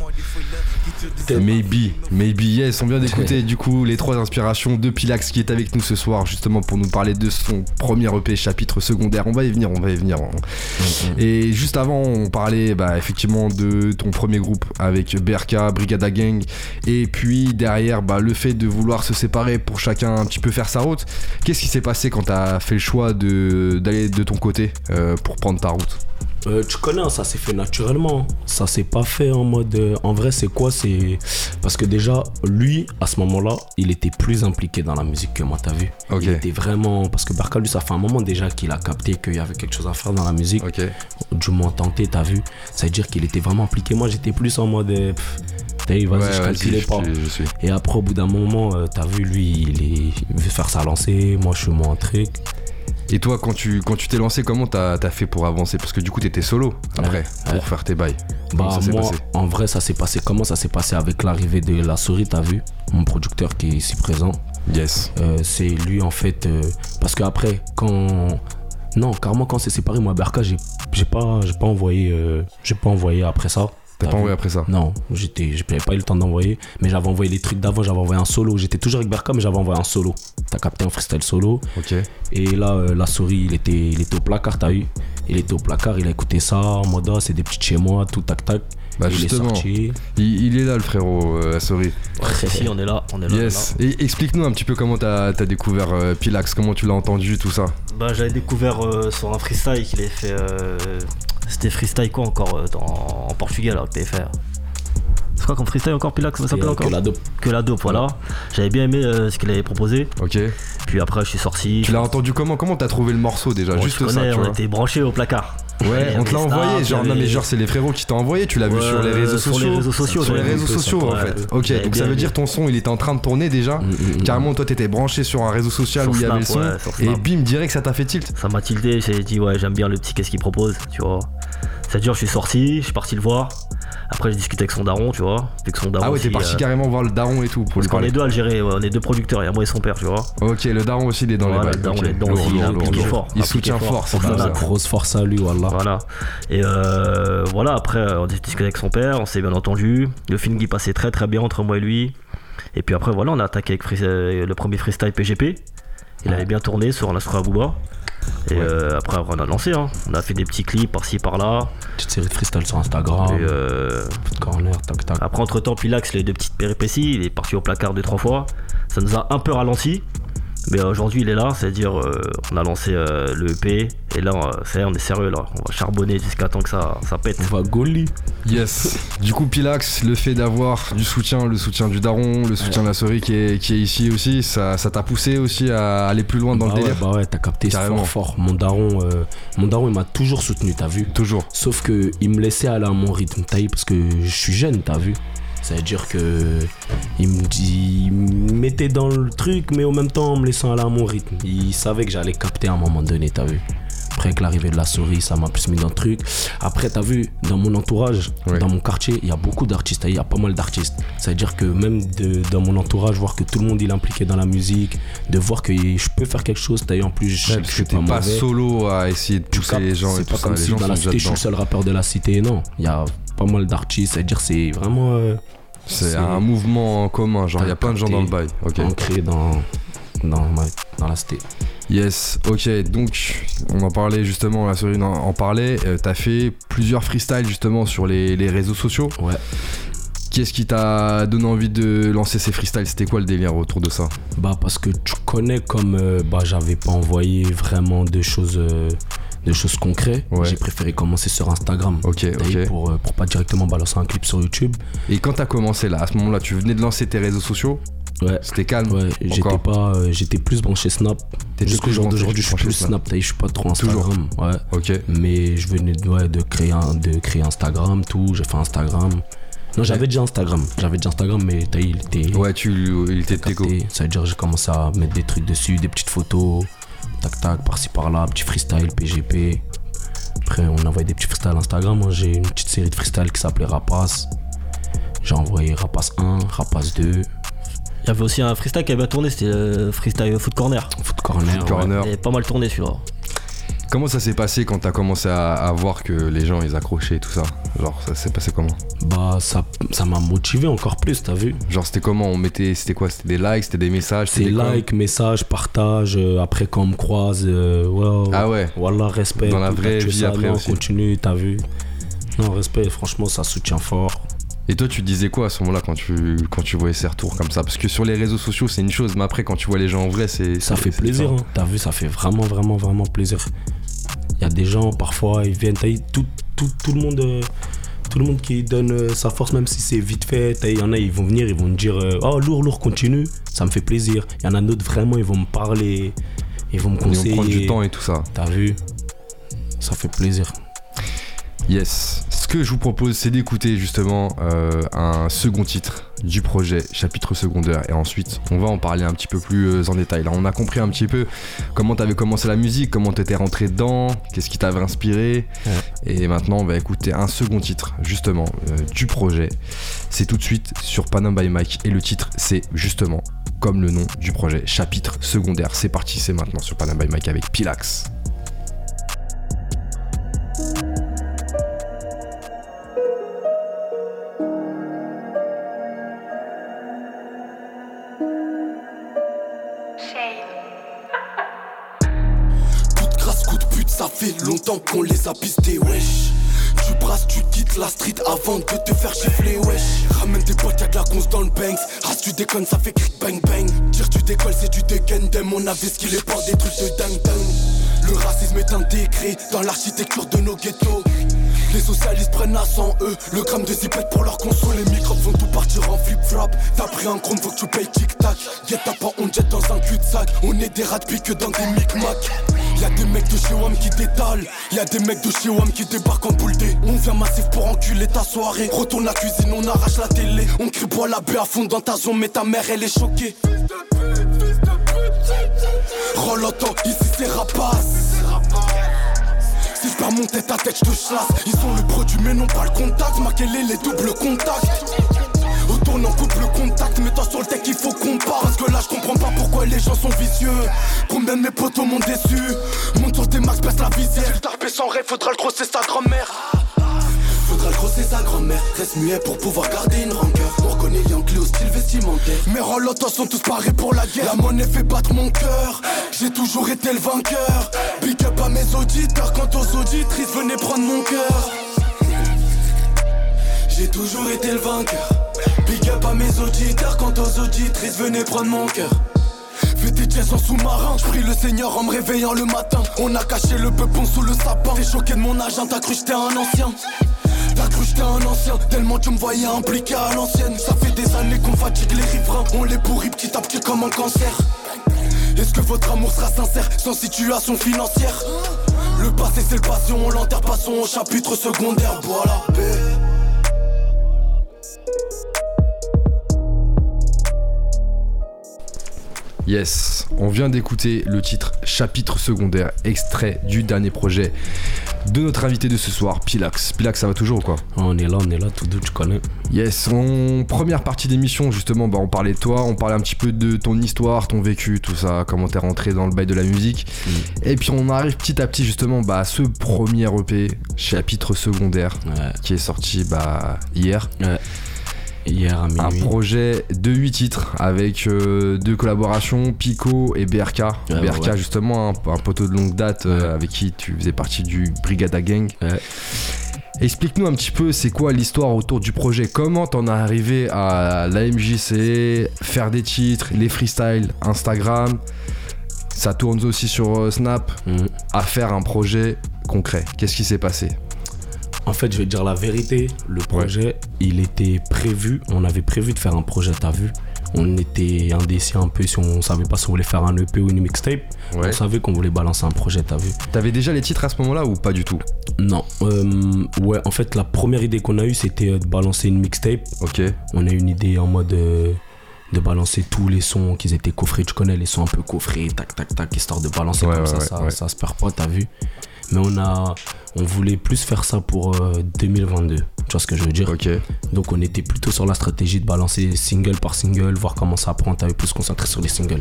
Speaker 2: Peut-être.
Speaker 1: Maybe, maybe yes, on vient d'écouter du coup les trois inspirations de Pilax qui est avec nous ce soir justement pour nous parler de son premier EP chapitre secondaire. On va y venir, on va y venir.
Speaker 2: Mm-hmm.
Speaker 1: Et juste avant, on parlait bah, effectivement de ton premier groupe avec BRK, Brigada Gang, et puis derrière bah, le fait de vouloir se séparer pour chacun un petit peu faire sa route. Qu'est-ce qui s'est passé quand t'as fait le choix de d'aller de ton côté euh, pour prendre ta route
Speaker 2: Euh, tu connais, hein, ça s'est fait naturellement. Ça s'est pas fait en mode. euh, en vrai, c'est quoi C'est parce que déjà, lui, à ce moment-là, il était plus impliqué dans la musique que moi, t'as vu.
Speaker 1: Ok.
Speaker 2: Il était vraiment parce que Barca, lui, ça fait un moment déjà qu'il a capté qu'il y avait quelque chose à faire dans la musique.
Speaker 1: Ok.
Speaker 2: du moins tenté, t'as vu Ça veut dire qu'il était vraiment impliqué. Moi, j'étais plus en mode. euh, pff, T'as vu, vas-y,
Speaker 1: Ouais,
Speaker 2: je
Speaker 1: ouais,
Speaker 2: calculais
Speaker 1: si,
Speaker 2: pas.
Speaker 1: je- je suis.
Speaker 2: Et après, au bout d'un moment, euh, t'as vu, lui, il, est... il veut faire sa lancée. Moi, je suis moins un truc.
Speaker 1: Et toi, quand tu quand tu t'es lancé, comment t'as as fait pour avancer Parce que du coup, t'étais solo après pour
Speaker 2: Ouais.
Speaker 1: faire tes bails. Comment
Speaker 2: Bah,
Speaker 1: ça s'est
Speaker 2: moi,
Speaker 1: passé
Speaker 2: en vrai, ça s'est passé. Comment ça s'est passé avec l'arrivée de la souris, t'as vu Mon producteur qui est ici présent.
Speaker 1: Yes.
Speaker 2: Euh, c'est lui, en fait. euh, parce que après, quand. Non, carrément, quand c'est séparé, moi, Berka, j'ai j'ai pas, j'ai pas envoyé. euh, j'ai pas envoyé après ça.
Speaker 1: T'as pas
Speaker 2: vu
Speaker 1: envoyé après ça
Speaker 2: Non, j'étais, j'avais pas eu le temps d'envoyer, mais j'avais envoyé les trucs d'avant, j'avais envoyé un solo. J'étais toujours avec Berka, mais j'avais envoyé un solo. T'as capté un freestyle solo.
Speaker 1: Ok.
Speaker 2: Et là, euh, la souris, il était, il était au placard, t'as eu Il était au placard, il a écouté ça, en mode ah, c'est des petits chez moi, tout tac tac.
Speaker 1: Bah,
Speaker 2: il
Speaker 1: justement.
Speaker 2: est sorti.
Speaker 1: Il, il est là, le frérot, euh, Asori.
Speaker 5: Si, on est là, on est là. on est
Speaker 1: Yes. Et explique-nous un petit peu comment t'as as découvert euh, Pilax, comment tu l'as entendu, tout ça.
Speaker 5: là. Bah, j'avais découvert euh, sur un freestyle qu'il avait fait. euh, C'était freestyle quoi encore euh, dans- en portugais là que t'avais fait. C'est quoi comme freestyle encore Pilax ça
Speaker 2: Et,
Speaker 5: s'appelle
Speaker 2: euh,
Speaker 5: encore
Speaker 2: que la dope.
Speaker 5: Que la dope, voilà. J'avais bien aimé euh, ce qu'il avait proposé.
Speaker 1: Ok.
Speaker 5: Puis après, je suis sorti.
Speaker 1: Tu l'as entendu comment Comment t'as trouvé le morceau déjà
Speaker 5: On
Speaker 1: Juste
Speaker 5: se connaît,
Speaker 1: ça, tu
Speaker 5: on
Speaker 1: vois.
Speaker 5: était branchés au placard.
Speaker 1: Ouais,
Speaker 5: Il y
Speaker 1: on te l'a
Speaker 5: avait Snap,
Speaker 1: envoyé.
Speaker 5: il y
Speaker 1: Genre, non,
Speaker 5: avait-
Speaker 1: mais genre, c'est les frérots qui t'ont envoyé. Tu l'as vu
Speaker 5: Ouais,
Speaker 1: sur les réseaux
Speaker 5: sur
Speaker 1: sociaux.
Speaker 5: les réseaux sociaux,
Speaker 1: Sur les
Speaker 5: j'avais
Speaker 1: réseaux
Speaker 2: vu ça,
Speaker 1: sociaux, en
Speaker 5: ouais.
Speaker 1: fait. Ok,
Speaker 5: J'avais
Speaker 1: donc
Speaker 5: bien Mm,
Speaker 1: ça veut
Speaker 5: aimé.
Speaker 1: dire ton son, il était en train de tourner déjà. Carrément, toi, t'étais branché sur un réseau social
Speaker 5: Sur
Speaker 1: où il y avait le
Speaker 5: Snap,
Speaker 1: son.
Speaker 5: ouais, sur
Speaker 1: Et
Speaker 5: Snap.
Speaker 1: bim, direct, ça t'a fait tilt.
Speaker 5: Ça m'a tilté, j'ai dit ouais j'aime bien le petit qu'est-ce qu'il propose, tu vois. C'est-à-dire je suis sorti, je suis parti le voir. Après j'ai discuté avec son daron, tu vois. Vu que son daron.
Speaker 1: Ah ouais,
Speaker 5: aussi,
Speaker 1: t'es parti
Speaker 5: euh,
Speaker 1: carrément voir le daron et tout pour lui
Speaker 5: Parce qu'on est
Speaker 1: parler.
Speaker 5: deux Algériens, ouais, on est deux producteurs, il y a moi et son père, tu vois.
Speaker 1: Ok, le daron aussi, il est dans
Speaker 5: Voilà,
Speaker 1: les balles.
Speaker 5: le daron,
Speaker 1: ok.
Speaker 5: il est dedans
Speaker 1: Lourd,
Speaker 5: aussi, hein, il a
Speaker 1: lourd,
Speaker 5: appliqué
Speaker 1: lourd.
Speaker 5: fort, Ah,
Speaker 1: Il
Speaker 5: appliqué
Speaker 1: soutient
Speaker 5: fort.
Speaker 1: fort, c'est
Speaker 5: Voilà.
Speaker 1: pas
Speaker 2: Grosse force à lui, voilà.
Speaker 5: Voilà. Et euh, voilà, après euh, on a discuté avec son père, on s'est bien entendu. Le film qui passait très très bien entre moi et lui. Et puis après voilà, on a attaqué avec free- euh, le premier freestyle PGP. Il
Speaker 2: Ouais.
Speaker 5: avait bien tourné sur l'Astro Abouba. Et
Speaker 1: Ouais.
Speaker 5: euh, après on a lancé, hein. on a fait des petits clips par-ci par-là.
Speaker 2: Petite série de freestyle sur Instagram,
Speaker 5: Et, euh, Ah.
Speaker 2: Put corner, tac tac.
Speaker 5: Après, entre temps, Pilax, il a eu deux petites péripéties. Il est parti au placard deux, trois fois. Ça nous a un peu ralenti. Mais euh, aujourd'hui, il est là. C'est-à-dire, euh, on a lancé euh, le EP. Et là, euh, ça y est, on est sérieux. là. On va charbonner jusqu'à temps que ça, ça pète.
Speaker 2: On va gauler.
Speaker 1: Yes. Du coup, Pilax, le fait d'avoir du soutien, le soutien du daron, le soutien de la souris qui est, qui est ici aussi, ça ça t'a poussé aussi à aller plus loin dans
Speaker 2: bah
Speaker 1: le
Speaker 2: ouais,
Speaker 1: délire
Speaker 2: bah ouais, t'as capté, c'est
Speaker 1: Carrément.
Speaker 2: fort fort. Mon daron, euh, mon daron, il m'a toujours soutenu, t'as vu
Speaker 1: Toujours.
Speaker 2: Sauf que il me laissait aller à mon rythme, t'as vu, parce que je suis jeune, t'as vu. Ça veut dire que il me dit, il me mettait dans le truc, mais en même temps en me laissant aller à mon rythme. Il savait que j'allais capter à un moment donné, t'as vu. Après, avec l'arrivée de la souris, ça m'a plus mis dans le truc. Après, t'as vu, dans mon entourage,
Speaker 1: Ouais.
Speaker 2: dans mon quartier, il y a beaucoup d'artistes. Il y a pas mal d'artistes. C'est-à-dire que même de- dans mon entourage, voir que tout le monde il est impliqué dans la musique, de voir que je peux faire quelque chose, t'as eu en plus, je,
Speaker 1: Ouais,
Speaker 2: je
Speaker 1: parce que
Speaker 2: suis
Speaker 1: t'es
Speaker 2: pas
Speaker 1: pas,
Speaker 2: mauvais.
Speaker 1: solo à essayer de
Speaker 2: Tu
Speaker 1: pousser
Speaker 2: captes,
Speaker 1: les gens et
Speaker 2: c'est
Speaker 1: tout
Speaker 2: pas
Speaker 1: ça.
Speaker 2: comme
Speaker 1: les
Speaker 2: si
Speaker 1: gens
Speaker 2: dans la
Speaker 1: sont déjà
Speaker 2: cité, je suis le
Speaker 1: dedans.
Speaker 2: seul rappeur de la cité. Non, il y a pas mal d'artistes. C'est-à-dire, c'est vraiment euh,
Speaker 1: C'est
Speaker 2: c'est-
Speaker 1: un mouvement en commun, genre il y a plein de gens dans le bail. Ok.
Speaker 2: ancré dans, dans, ma- dans la cité.
Speaker 1: Yes, ok, donc on en parlait justement, la souris en, en parlait, euh, t'as fait plusieurs freestyles justement sur les, les réseaux sociaux.
Speaker 2: Ouais.
Speaker 1: Qu'est-ce qui t'a donné envie de lancer ces freestyles C'était quoi le délire autour de ça
Speaker 2: Bah parce que tu connais comme euh, bah j'avais pas envoyé vraiment de choses euh, de choses concrètes.
Speaker 1: Ouais.
Speaker 2: J'ai préféré commencer sur Instagram.
Speaker 1: Ok,
Speaker 2: D'ailleurs,
Speaker 1: ok.
Speaker 2: Pour, euh, pour pas directement balancer un clip sur YouTube.
Speaker 1: Et quand t'as commencé là, à ce moment-là, tu venais de lancer tes réseaux sociaux
Speaker 2: Ouais.
Speaker 1: C'était calme
Speaker 2: Ouais, j'étais
Speaker 1: Encore.
Speaker 2: pas euh, j'étais plus branché Snap.
Speaker 1: T'étais
Speaker 2: Jusqu'au
Speaker 1: plus
Speaker 2: jour
Speaker 1: branché
Speaker 2: d'aujourd'hui, je suis
Speaker 1: branché
Speaker 2: plus
Speaker 1: Snap.
Speaker 2: Snap, D'ailleurs, je suis pas trop
Speaker 1: Toujours.
Speaker 2: Instagram. Ouais.
Speaker 1: Ok.
Speaker 2: Mais je venais de- ouais, de créer un- de créer Instagram, tout, j'ai fait Instagram. Non, j'avais déjà Instagram. J'avais déjà Instagram mais t'as il était
Speaker 1: Ouais, tu, il était déco.
Speaker 2: capté. Ça veut dire que j'ai commencé à mettre des trucs dessus, des petites photos, tac tac, par-ci par-là, petit freestyle, PGP. Après, on envoyait des petits freestyles Instagram. Moi, j'ai une petite série de freestyles qui s'appelait Rapace. J'ai envoyé Rapace 1, Rapace 2,
Speaker 5: Il y avait aussi un freestyle qui avait tourné, c'était le freestyle Foot Corner.
Speaker 2: Foot Corner.
Speaker 1: Foot
Speaker 2: ouais.
Speaker 1: Corner.
Speaker 5: Il avait pas mal tourné celui-là.
Speaker 1: Comment ça s'est passé quand t'as commencé à, à voir que les gens ils accrochaient et tout ça Genre ça s'est passé comment
Speaker 2: Bah, ça ça m'a motivé encore plus, t'as vu
Speaker 1: Genre c'était comment On mettait, c'était quoi C'était des likes, c'était des messages
Speaker 2: C'est
Speaker 1: c'était des comments
Speaker 2: like, message, partage. euh, après, quand on me croise, euh, wow,
Speaker 1: Ah ouais
Speaker 2: voilà, respect.
Speaker 1: Dans la
Speaker 2: tout, t'as
Speaker 1: vraie
Speaker 2: tué
Speaker 1: vie
Speaker 2: ça,
Speaker 1: après
Speaker 2: non,
Speaker 1: aussi.
Speaker 2: continue, t'as vu Non, respect, franchement, ça soutient fort.
Speaker 1: Et toi, tu disais quoi à ce moment-là quand tu, quand tu voyais ces retours comme ça Parce que sur les réseaux sociaux, c'est une chose, mais après, quand tu vois les gens en vrai, c'est.
Speaker 2: Ça
Speaker 1: c'est-
Speaker 2: fait
Speaker 1: c'est
Speaker 2: plaisir,
Speaker 1: différent.
Speaker 2: hein. t'as vu, ça fait vraiment, vraiment, vraiment plaisir. Il y a des gens, parfois, ils viennent, t'as eu tout, tout, tout le monde. euh, tout le monde qui donne euh, sa force, même si c'est vite fait, T'as- il y en a, ils vont venir, ils vont me dire euh, Oh, lourd, lourd, continue, ça me fait plaisir. Il y en a d'autres, vraiment, ils vont me parler, ils vont me
Speaker 1: Ils vont
Speaker 2: conseiller.
Speaker 1: prendre du temps et tout ça.
Speaker 2: T'as vu Ça fait plaisir.
Speaker 1: Yes. Ce que je vous propose, c'est d'écouter justement euh, un second titre du projet, chapitre secondaire. Et ensuite, on va en parler un petit peu plus euh, en détail. Là, on a compris un petit peu comment t'avais commencé la musique, comment t'étais rentré dedans, qu'est-ce qui t'avait inspiré.
Speaker 2: Ouais.
Speaker 1: Et maintenant, on va écouter un second titre, justement, euh, du projet. C'est tout de suite sur Panam by Mike. Et le titre, c'est justement, comme le nom du projet, chapitre secondaire. C'est parti, c'est maintenant sur Panam by Mike avec Pilax.
Speaker 3: Coup de grâce, coup de pute, ça fait longtemps qu'on les a pistés, wesh. Tu brasses, tu quittes la street avant de te faire gifler, wesh. Ramène tes potes, y'a de la cons dans le banks. Race, tu déconnes, ça fait cric bang bang. Tire, tu décolles, c'est du dégaine. Dès mon avis, ce qu'il est pas des trucs de dingue dingue. Le racisme est intégré dans l'architecture de nos ghettos. Les socialistes prennent à 100 eux Le gramme de zipette pour leur console Les microbes vont tout partir en flip-flop T'as pris un chrome, faut que tu payes tic-tac Y'a t'as pas, on te jette dans un cul-de-sac On est des rats de pique dans des micmacs Y'a des mecs de chez WAM qui détalent Y'a des mecs de chez WAM qui débarquent en boule D. On vient massif pour enculer ta soirée Retourne la cuisine, on arrache la télé On crie bois la baie à fond dans ta zone Mais ta mère elle est choquée Rolotto, Oh, ici c'est rapace si je perds mon tête à tête, je te chasse. Ils sont le produit, mais non pas le contact. Maquelé les doubles contacts. Au tournant, coupe le contact. Mets-toi sur le tech, il faut qu'on part. Parce que là, je comprends pas pourquoi les gens sont vicieux. Combien de mes potos m'ont déçu. Monte sur tes max, baisse la visière. J'ai le tarpé sans rêve, faudra le grosser sa grand-mère. Faudra le grosser sa grand-mère. Reste muet pour pouvoir garder une rancœur. On reconnaît Yankee au style vestimentaire. Mes Rolottos sont tous parés pour la guerre. La monnaie fait battre mon cœur. J'ai toujours été le vainqueur. Big up à mes auditeurs. Quant aux auditrices, venez prendre mon cœur. J'ai toujours été le vainqueur. Big up à mes auditeurs. Quant aux auditrices, venez prendre mon cœur. Fais tes jazz en sous-marin, je prie le Seigneur en me réveillant le matin. On a caché le peupon sous le sapin. T'es choqué de mon agent, t'as cru que j'étais un ancien. T'as cru que j'étais un ancien, tellement tu me voyais impliqué à l'ancienne. Ça fait des années qu'on fatigue les riverains, on les pourrit petit à petit comme un cancer. Est-ce que votre amour sera sincère sans situation financière Le passé c'est le passé, on l'enterre, passons au chapitre secondaire. Voilà, paix.
Speaker 1: Yes, on vient d'écouter le titre Chapitre secondaire, extrait du dernier projet de notre invité de ce soir, Pilax. Pilax, ça va toujours ou quoi
Speaker 2: On est là, on est là, tout doux, tu connais.
Speaker 1: Yes, en première partie d'émission, justement, bah, on parlait de toi, on parlait un petit peu de ton histoire, ton vécu, tout ça, comment t'es rentré dans le bail de la musique. Et puis on arrive petit à petit, justement, bah, à ce premier EP, Chapitre secondaire,
Speaker 2: Ouais.
Speaker 1: qui est sorti bah, hier.
Speaker 2: Hier à
Speaker 1: Un
Speaker 2: minuit.
Speaker 1: projet de 8 titres avec euh, deux collaborations, Pico et BRK.
Speaker 2: Ouais,
Speaker 1: BRK,
Speaker 2: Ah bah ouais, ouais.
Speaker 1: justement, un, un poteau de longue date euh, avec qui tu faisais partie du Brigada Gang.
Speaker 2: Ouais.
Speaker 1: Explique-nous un petit peu c'est quoi l'histoire autour du projet. Comment t'en es arrivé à la MJC, faire des titres, les freestyles, Instagram. Ça tourne aussi sur euh, Snap
Speaker 2: Mhm.
Speaker 1: à faire un projet concret. Qu'est-ce qui s'est passé
Speaker 2: En fait, je vais te dire la vérité. Le projet, il était prévu. On avait prévu de faire un projet, t'as vu. On était indécis un peu si on savait pas si on voulait faire un EP ou une mixtape.
Speaker 1: Ouais.
Speaker 2: On savait qu'on voulait balancer un projet, t'as vu.
Speaker 1: T'avais déjà les titres à ce moment-là ou pas du tout
Speaker 2: Non, euh, ouais, en fait, la première idée qu'on a eue, c'était euh, de balancer une mixtape.
Speaker 1: Ok.
Speaker 2: On a eu une idée en mode euh, de balancer tous les sons qu'ils étaient coffrés. Tu connais les sons un peu coffrés, tac, tac, tac, histoire de balancer
Speaker 1: Ouais,
Speaker 2: comme
Speaker 1: ouais,
Speaker 2: ça,
Speaker 1: ouais,
Speaker 2: ça,
Speaker 1: ouais.
Speaker 2: ça se perd pas, t'as vu. Mais on a, on voulait plus faire ça pour euh, 2022. Tu vois ce que je veux dire
Speaker 1: Ok.
Speaker 2: Donc on était plutôt sur la stratégie de balancer single par single, voir comment ça prend. T'avais plus se concentrer sur les singles.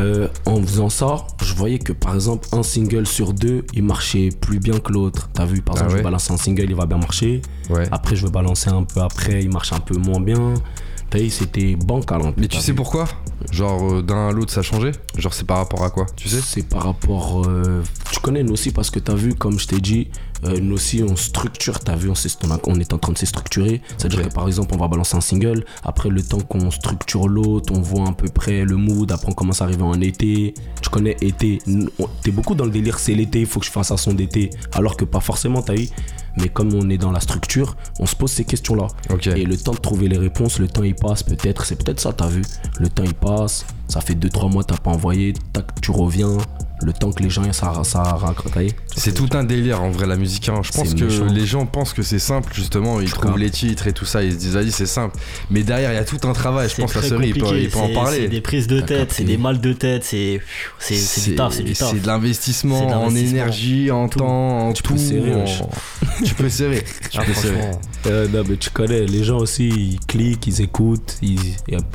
Speaker 2: Euh, en faisant ça, je voyais que par exemple un single sur deux, il marchait plus bien que l'autre. T'as vu Par
Speaker 1: Ah
Speaker 2: exemple,
Speaker 1: ouais
Speaker 2: je balance un single, il va bien marcher.
Speaker 1: Ouais.
Speaker 2: Après, je vais balancer un peu après, il marche un peu moins bien. T'as vu, c'était bancal un peu.
Speaker 1: Mais tu
Speaker 2: t'as
Speaker 1: sais
Speaker 2: vu.
Speaker 1: pourquoi Genre euh, d'un à l'autre ça changeait Genre c'est par rapport à quoi Tu sais
Speaker 2: C'est par rapport. euh, tu connais nous aussi parce que t'as vu, comme je t'ai dit, euh, nous aussi on structure. T'as vu, on, s'est- on a- on est en train de se structurer. C'est-à-dire
Speaker 1: Ok.
Speaker 2: que par exemple, on va balancer un single. Après, le temps qu'on structure l'autre, on voit à peu près le mood. Après, on commence à arriver en été. Tu connais été. n- on- T'es beaucoup dans le délire, c'est l'été, il faut que je fasse un son d'été. Alors que pas forcément, t'as vu. Mais comme on est dans la structure, on se pose ces questions-là.
Speaker 1: Ok.
Speaker 2: Et le temps de trouver les réponses, le temps il passe peut-être, c'est peut-être ça, t'as vu. Le temps il passe, ça fait 2-3 mois, t'as pas envoyé, tac, tu reviens. Le temps que les gens, ça, ça raconte.
Speaker 1: C'est tout un délire en vrai la musique. hein. Je pense
Speaker 2: C'est
Speaker 1: que
Speaker 2: méchant.
Speaker 1: les gens pensent que c'est simple justement, ils
Speaker 2: Je
Speaker 1: trouvent
Speaker 2: crois.
Speaker 1: les titres et tout ça, ils se disent vas-y c'est simple. Mais derrière il y a tout un travail, je
Speaker 5: C'est
Speaker 1: pense la
Speaker 5: très
Speaker 1: série il peut,
Speaker 5: compliqué,
Speaker 1: il peut en
Speaker 5: c'est- C'est des
Speaker 1: parler.
Speaker 5: prises de tête,
Speaker 2: capté.
Speaker 5: c'est des mal de tête, c'est c'est- c'est du taf, c'est du taf.
Speaker 1: c'est de l'investissement
Speaker 5: C'est de
Speaker 1: en
Speaker 5: l'investissement.
Speaker 1: énergie, en
Speaker 5: Tout.
Speaker 1: temps, en
Speaker 2: Tu
Speaker 1: tout.
Speaker 2: peux serrer,
Speaker 1: en-
Speaker 2: wesh.
Speaker 1: tu peux serrer. Tu
Speaker 5: Ah,
Speaker 1: peux serrer.
Speaker 5: franchement,
Speaker 2: Euh, non, mais tu connais, les gens aussi, ils cliquent, ils écoutent, ils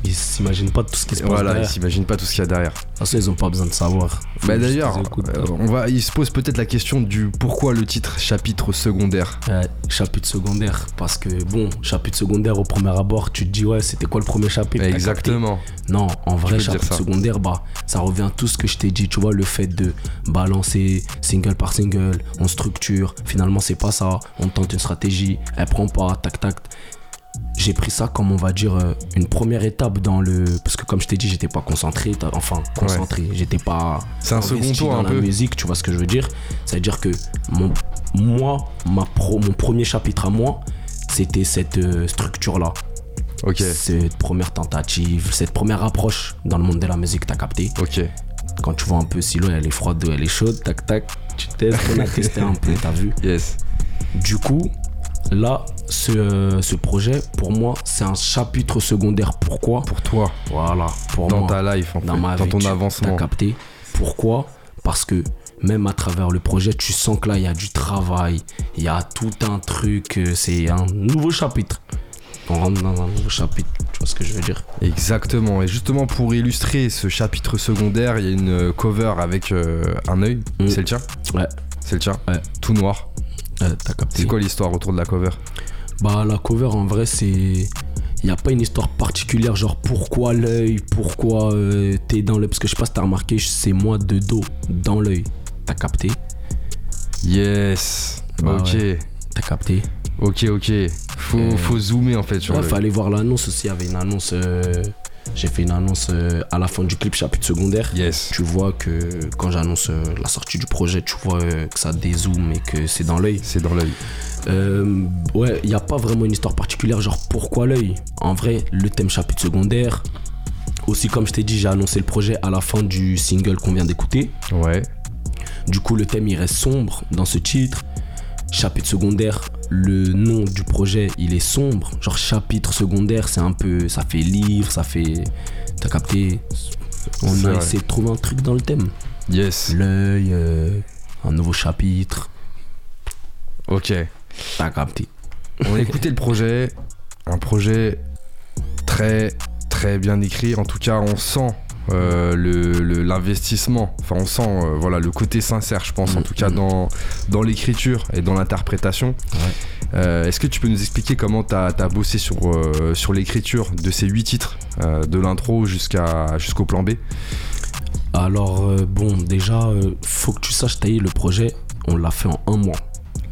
Speaker 2: ils s'imaginent pas tout ce qui se passe.
Speaker 1: Voilà, ils
Speaker 2: derrière.
Speaker 1: s'imaginent pas tout ce qu'il y a derrière.
Speaker 2: De toute façon, ils ont pas besoin de savoir. Faut
Speaker 1: Bah
Speaker 2: juste
Speaker 1: d'ailleurs,
Speaker 2: qu'ils écoutent.
Speaker 1: euh, on va, il se pose peut-être la question du pourquoi le titre chapitre secondaire.
Speaker 2: Euh, chapitre secondaire, parce que bon, chapitre secondaire au premier abord, tu te dis ouais, c'était quoi le premier chapitre T'as capté.
Speaker 1: Exactement.
Speaker 2: Non, en
Speaker 1: peux
Speaker 2: vrai,
Speaker 1: dire
Speaker 2: chapitre
Speaker 1: ça.
Speaker 2: secondaire, bah, ça revient à tout ce que je t'ai dit. Tu vois, le fait de balancer single par single, on structure. Finalement, c'est pas ça. On tente une stratégie, elle prend pas, tac, tac. J'ai pris ça comme, on va dire, euh, une première étape dans le. Parce que, comme je t'ai dit, j'étais pas concentré. t'as- Enfin, concentré. J'étais pas.
Speaker 1: C'est un
Speaker 2: investi
Speaker 1: second tour
Speaker 2: dans
Speaker 1: un
Speaker 2: la
Speaker 1: peu.
Speaker 2: musique, tu vois ce que je veux dire C'est-à-dire que mon, moi, ma pro, mon premier chapitre à moi, c'était cette euh, structure-là
Speaker 1: Ok,
Speaker 2: cette première tentative, cette première approche dans le monde de la musique, t'as capté
Speaker 1: ok.
Speaker 2: Quand tu vois un peu si l'eau elle est froide, elle est chaude, tac tac, tu testes, on a testé un peu, t'as vu
Speaker 1: Yes.
Speaker 2: Du coup, là, ce, euh, ce projet, pour moi, c'est un chapitre secondaire. Pourquoi
Speaker 1: Pour toi,
Speaker 2: Voilà, pour
Speaker 1: dans
Speaker 2: moi
Speaker 1: ta life, en
Speaker 2: dans
Speaker 1: fait,
Speaker 2: ma
Speaker 1: dans
Speaker 2: vie, tu-
Speaker 1: ton
Speaker 2: T'as
Speaker 1: avancement.
Speaker 2: capté Pourquoi Parce que même à travers le projet, tu sens que là, il y a du travail, il y a tout un truc, euh, c'est un nouveau chapitre. On rentre dans un nouveau chapitre, tu vois ce que je veux dire
Speaker 1: Exactement. Et justement, pour illustrer ce chapitre secondaire, il y a une euh, cover avec euh, un œil.
Speaker 2: Mm.
Speaker 1: C'est le tien
Speaker 2: Ouais.
Speaker 1: C'est le tien
Speaker 2: Ouais.
Speaker 1: Tout noir.
Speaker 2: Euh, T'as capté
Speaker 1: C'est quoi l'histoire autour de la cover
Speaker 2: Bah la cover en vrai c'est... Il n'y a pas une histoire particulière genre pourquoi l'œil, pourquoi euh, t'es dans l'œil. Parce que je sais pas si t'as remarqué, je- c'est moi de dos, dans l'œil. T'as capté
Speaker 1: Yes.
Speaker 2: Bah
Speaker 1: ok.
Speaker 2: T'as capté
Speaker 1: Ok, ok. Faut,
Speaker 2: Euh,
Speaker 1: faut zoomer en fait sur
Speaker 2: Ouais,
Speaker 1: le-
Speaker 2: fallait voir l'annonce aussi, il y avait une annonce... euh, J'ai fait une annonce euh, à la fin du clip chapitre secondaire.
Speaker 1: Yes.
Speaker 2: Tu vois que quand j'annonce euh, la sortie du projet, tu vois euh, que ça dézoome et que c'est dans l'œil.
Speaker 1: C'est dans l'œil.
Speaker 2: Euh, ouais, il n'y a pas vraiment une histoire particulière, genre pourquoi l'œil En vrai, le thème chapitre secondaire. Aussi, comme je t'ai dit, j'ai annoncé le projet à la fin du single qu'on vient d'écouter.
Speaker 1: Ouais.
Speaker 2: Du coup, le thème, il reste sombre dans ce titre. Chapitre secondaire, le nom du projet, il est sombre. Genre, chapitre secondaire, c'est un peu. Ça fait livre, ça fait. T'as capté On
Speaker 1: C'est
Speaker 2: a
Speaker 1: vrai.
Speaker 2: essayé de trouver un truc dans le thème.
Speaker 1: Yes.
Speaker 2: L'œil, euh, un nouveau chapitre.
Speaker 1: Ok.
Speaker 2: T'as capté.
Speaker 1: On a écouté le projet, un projet très très bien écrit. En tout cas, on sent euh, le- le- l'investissement. Enfin, on sent euh, voilà le côté sincère, je pense, en
Speaker 2: Mm,
Speaker 1: tout cas
Speaker 2: mm.
Speaker 1: dans dans l'écriture et dans l'interprétation. Euh, Est-ce que tu peux nous expliquer comment t'as as bossé sur euh, sur l'écriture de ces huit titres, euh, de l'intro jusqu'à jusqu'au plan B
Speaker 2: Alors, euh, bon, déjà, euh, faut que tu saches tailler le projet. On l'a fait en un mois.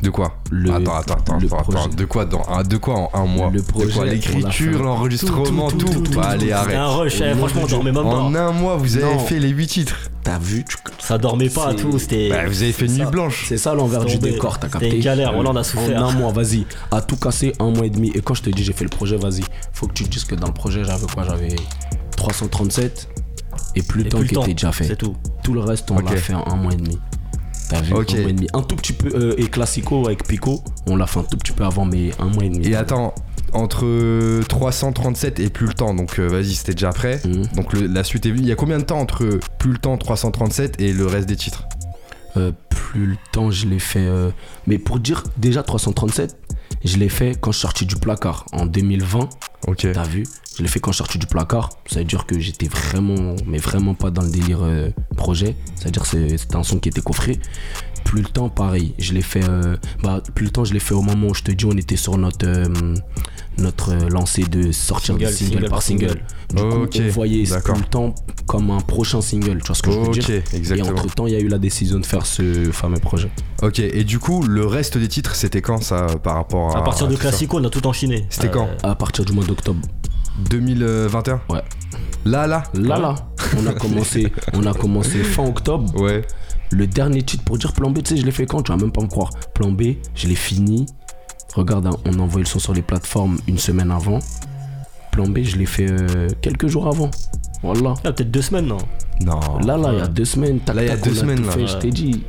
Speaker 1: De quoi
Speaker 2: Le-
Speaker 1: Attends, attends, attends,
Speaker 2: le
Speaker 1: attends, attends.
Speaker 2: projet.
Speaker 1: De quoi dans un- de quoi en un mois
Speaker 2: Le
Speaker 1: De
Speaker 2: projet, on
Speaker 1: quoi
Speaker 2: l'a fait
Speaker 1: l'écriture,
Speaker 2: en-
Speaker 1: l'enregistrement, tout. Bah,
Speaker 2: tout, tout, tout, tout,
Speaker 1: Allez,
Speaker 2: tout.
Speaker 1: arrête.
Speaker 5: un rush,
Speaker 2: Au
Speaker 5: eh,
Speaker 2: nom
Speaker 5: franchement,
Speaker 2: de
Speaker 5: on
Speaker 2: Dieu.
Speaker 5: dormait même
Speaker 1: En
Speaker 5: pas.
Speaker 1: un mois, vous avez
Speaker 2: Non.
Speaker 1: fait les 8 titres.
Speaker 2: T'as vu tu-
Speaker 5: Ça dormait pas,
Speaker 2: C'est-
Speaker 5: tout, c'était.
Speaker 1: Bah, vous avez fait
Speaker 2: C'est
Speaker 1: nuit
Speaker 2: ça.
Speaker 1: blanche.
Speaker 2: C'est ça l'envers du
Speaker 5: Tombé.
Speaker 2: décor, t'as
Speaker 5: C'était
Speaker 2: capté
Speaker 5: une galère, voilà, on a souffert.
Speaker 2: En un mois, vas-y, à tout casser, un mois et demi. Et quand je te dis j'ai fait le projet, vas-y, faut que tu te dises que dans le projet, j'avais quoi J'avais 337 et plus
Speaker 5: Et
Speaker 2: le temps
Speaker 5: plus le
Speaker 2: qui
Speaker 5: temps,
Speaker 2: était déjà fait.
Speaker 5: C'est tout.
Speaker 2: Tout le reste, on
Speaker 1: Ok.
Speaker 2: l'a fait en un mois et demi. T'as vu
Speaker 1: Ok.
Speaker 2: Un mois et demi. Un tout petit peu, euh, et Classico avec Pico, on l'a fait un tout petit peu avant, mais un mois et demi.
Speaker 1: Et attends, entre 337 et plus le temps, donc euh, vas-y, c'était déjà prêt.
Speaker 2: Mhm.
Speaker 1: Donc le- la suite est venue. Il y a combien de temps entre plus le temps 337 et le reste des titres
Speaker 2: Euh, plus le temps, je l'ai fait. euh, Mais pour dire, déjà 337, je l'ai fait quand je suis sorti du placard en 2020.
Speaker 1: Ok.
Speaker 2: T'as vu Je l'ai fait quand je suis sorti du placard. Ça veut dire que j'étais vraiment, mais vraiment pas dans le délire euh, projet. Ça veut dire que c'était un son qui était coffré. Plus le temps, pareil. Je l'ai fait. euh, bah, plus le temps, je l'ai fait au moment où je te dis, on était sur notre euh, notre euh, lancée de sortir
Speaker 5: Single,
Speaker 2: des singles
Speaker 5: single
Speaker 2: par
Speaker 5: par
Speaker 2: single.
Speaker 5: single.
Speaker 2: Du coup,
Speaker 1: Ok,
Speaker 2: on voyait
Speaker 1: d'accord.
Speaker 2: plus le temps comme un prochain single. Tu vois ce que je veux
Speaker 1: Ok,
Speaker 2: dire Et
Speaker 1: exactement.
Speaker 2: entre temps, il y a eu la décision de faire ce fameux projet.
Speaker 1: Ok, et du coup, le reste des titres, c'était quand ça par rapport à.
Speaker 5: À partir de
Speaker 1: tout Ah, ça
Speaker 5: Classico, on a tout enchaîné.
Speaker 1: C'était
Speaker 5: Euh,
Speaker 1: quand
Speaker 2: À partir du mois d'octobre.
Speaker 1: 2021
Speaker 2: Ouais.
Speaker 1: Là, là
Speaker 2: Là, là,
Speaker 1: Ah.
Speaker 2: on a commencé, on a commencé fin octobre.
Speaker 1: Ouais.
Speaker 2: Le dernier titre pour dire plan B, tu sais, je l'ai fait quand Tu vas même pas me croire. Plan B, je l'ai fini. Regarde, hein, on a envoyé le son sur les plateformes une semaine avant. Plan B, je l'ai fait euh, quelques jours avant. Voilà.
Speaker 5: Ah, peut-être deux semaines, non
Speaker 1: Non.
Speaker 2: Là, là, il y a deux semaines. tac,
Speaker 1: Là, il y a
Speaker 2: tac,
Speaker 1: deux
Speaker 2: on
Speaker 1: semaines,
Speaker 2: tout
Speaker 1: là.
Speaker 2: fait, Je t'ai dit,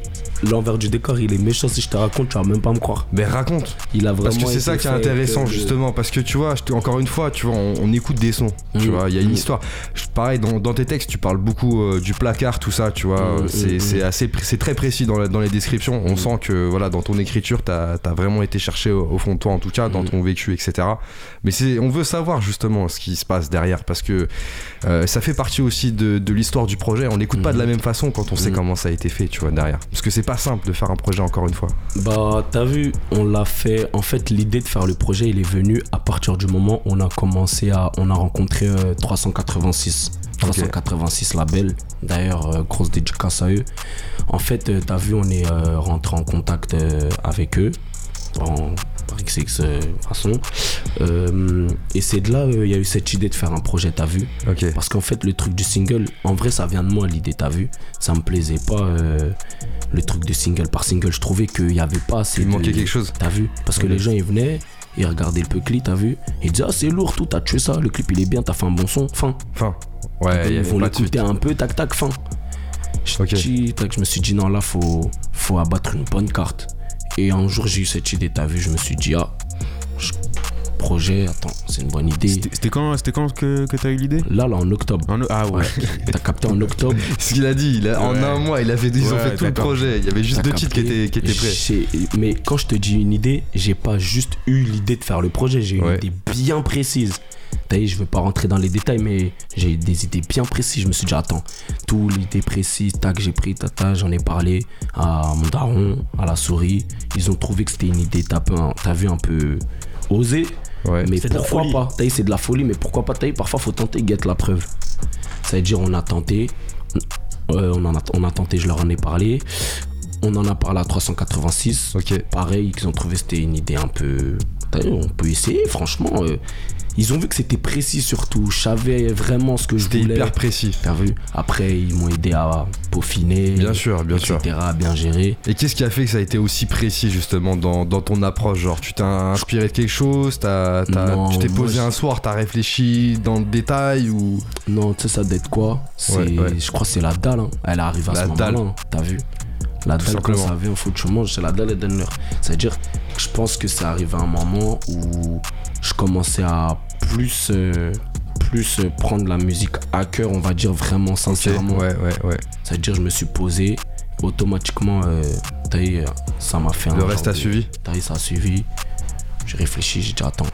Speaker 2: l'envers du décor, il est méchant. Si je te raconte, tu vas même pas me croire.
Speaker 1: Mais raconte
Speaker 2: Il a vraiment.
Speaker 1: Parce que c'est
Speaker 2: été
Speaker 1: ça qui est
Speaker 2: fait euh,
Speaker 1: intéressant
Speaker 2: que de-
Speaker 1: justement, parce que tu vois, je te- encore une fois, tu vois, on, on écoute des sons, tu
Speaker 2: Mm.
Speaker 1: vois, il y a une
Speaker 2: Mm.
Speaker 1: histoire. Je- pareil, dans, dans tes textes, tu parles beaucoup euh, du placard, tout ça, tu vois,
Speaker 2: Mm,
Speaker 1: euh, c'est
Speaker 2: mm,
Speaker 1: c'est assez, pré- c'est très précis dans, la- dans les descriptions. On
Speaker 2: Mm.
Speaker 1: sent que voilà, dans ton écriture, t'as as vraiment été cherché au, au fond de toi, en tout cas, dans
Speaker 2: Mm.
Speaker 1: ton vécu, etc. Mais c'est, on veut savoir justement ce qui se passe derrière, parce que euh, ça fait partie aussi de, de l'histoire du projet. On n'écoute pas
Speaker 2: Mm.
Speaker 1: de la même façon quand on sait
Speaker 2: Mm.
Speaker 1: comment ça a été fait, tu vois, derrière. Parce que c'est pas simple de faire un projet encore une fois.
Speaker 2: Bah, t'as vu, on l'a fait. En fait, l'idée de faire le projet, il est venu à partir du moment où on a commencé à. On a rencontré euh, 386. 386 labels. D'ailleurs, euh, grosse dédicace à eux. En fait, euh, t'as vu, on est euh, rentré en contact euh, avec eux. En par XX euh, façon. Euh, et c'est de là, euh, il y a eu cette idée de faire un projet, t'as vu.
Speaker 1: Ok.
Speaker 2: Parce qu'en fait, le truc du single, en vrai, ça vient de moi l'idée, t'as vu Ça me plaisait pas euh, le truc de single par single. Je trouvais qu'il n'y avait pas assez.
Speaker 1: Il
Speaker 2: de-
Speaker 1: manquait quelque chose.
Speaker 2: T'as vu Parce que
Speaker 1: Ok.
Speaker 2: les gens, ils venaient, ils regardaient le peu clip, t'as vu Ils disaient, ah, c'est lourd, tout, t'as tué ça, le clip, il est bien, t'as fait un bon son, fin.
Speaker 1: Enfin, ouais, il y
Speaker 2: ils
Speaker 1: avait
Speaker 2: vont
Speaker 1: pas de suite.
Speaker 2: l'écouter un peu, tac, tac, fin. Je,
Speaker 1: Ok.
Speaker 2: dis, tac, je me suis dit, non, là, faut, faut abattre une bonne carte. Et un jour, j'ai eu cette idée, t'as vu Je me suis dit, ah, je- projet, attends, c'est une bonne idée.
Speaker 4: C'était c'était quand, c'était quand que, que t'as eu l'idée
Speaker 2: Là, là, en octobre.
Speaker 4: Un- Ah ouais.
Speaker 2: T'as capté en octobre
Speaker 1: Ce qu'il a dit, il a- en
Speaker 4: Ouais.
Speaker 1: un mois, il avait, ils ont
Speaker 4: Ouais,
Speaker 1: fait tout le
Speaker 4: d'accord.
Speaker 1: projet. Il y avait juste
Speaker 2: T'as
Speaker 1: deux titres qui
Speaker 2: capté
Speaker 1: étaient, qui étaient prêts.
Speaker 2: J'ai- Mais quand je te dis une idée, j'ai pas juste eu l'idée de faire le projet, j'ai eu
Speaker 1: Ouais.
Speaker 2: une idée bien précise. T'as vu, je veux pas rentrer dans les détails, mais j'ai eu des idées bien précises. Je me suis dit, attends, tout l'idée précise, tac, j'ai pris, tata, j'en ai parlé à mon daron, à la souris. Ils ont trouvé que c'était une idée, t'as peu- hein, t'as vu, un peu osée.
Speaker 1: Ouais.
Speaker 2: Mais
Speaker 5: C'est de la
Speaker 2: pourquoi
Speaker 5: folie.
Speaker 2: pas T'as vu, c'est de la folie, mais pourquoi pas T'as vu, parfois faut tenter, guette la preuve. Ça veut dire, on a tenté, euh, on, en a, on a tenté, je leur en ai parlé. On en a parlé à 386.
Speaker 1: Ok.
Speaker 2: Pareil, qu'ils ont trouvé c'était une idée un peu. T'as vu, On peut essayer, franchement. euh, ils ont vu que c'était précis surtout. Je savais vraiment ce que je
Speaker 1: C'était
Speaker 2: voulais.
Speaker 1: hyper précis.
Speaker 2: T'as vu Après, ils m'ont aidé à peaufiner.
Speaker 1: Bien sûr, bien sûr.
Speaker 2: etc., à bien gérer.
Speaker 1: Et qu'est-ce qui a fait que ça a été aussi précis justement dans, dans ton approche Genre, tu t'es inspiré de quelque chose t'as- t'as-
Speaker 2: Non,
Speaker 1: Tu t'es
Speaker 2: moi,
Speaker 1: posé
Speaker 2: je-
Speaker 1: un soir, t'as réfléchi dans le détail ou.
Speaker 2: Non, tu sais, ça doit être quoi C'est-
Speaker 1: Ouais, ouais.
Speaker 2: Je crois que c'est la dalle. hein. Elle arrive à
Speaker 1: La
Speaker 2: ce
Speaker 1: dalle.
Speaker 2: moment-là. hein. T'as vu La
Speaker 1: Tout
Speaker 2: dalle, quand
Speaker 1: simplement.
Speaker 2: ça vient, faut que tu manges. C'est la dalle et donne l'heure. C'est-à-dire, je pense que ça arrive à un moment où je commençais à plus, euh, plus euh, prendre la musique à cœur, on va dire vraiment
Speaker 1: Ok,
Speaker 2: sincèrement.
Speaker 1: ouais, ouais, ouais.
Speaker 2: C'est-à-dire, je me suis posé, automatiquement, euh, t'as eu, euh, ça m'a fait un.
Speaker 1: Le
Speaker 2: genre
Speaker 1: reste a
Speaker 2: de-
Speaker 1: suivi.
Speaker 2: T'as eu, ça a suivi. J'ai réfléchi, j'ai dit, attends,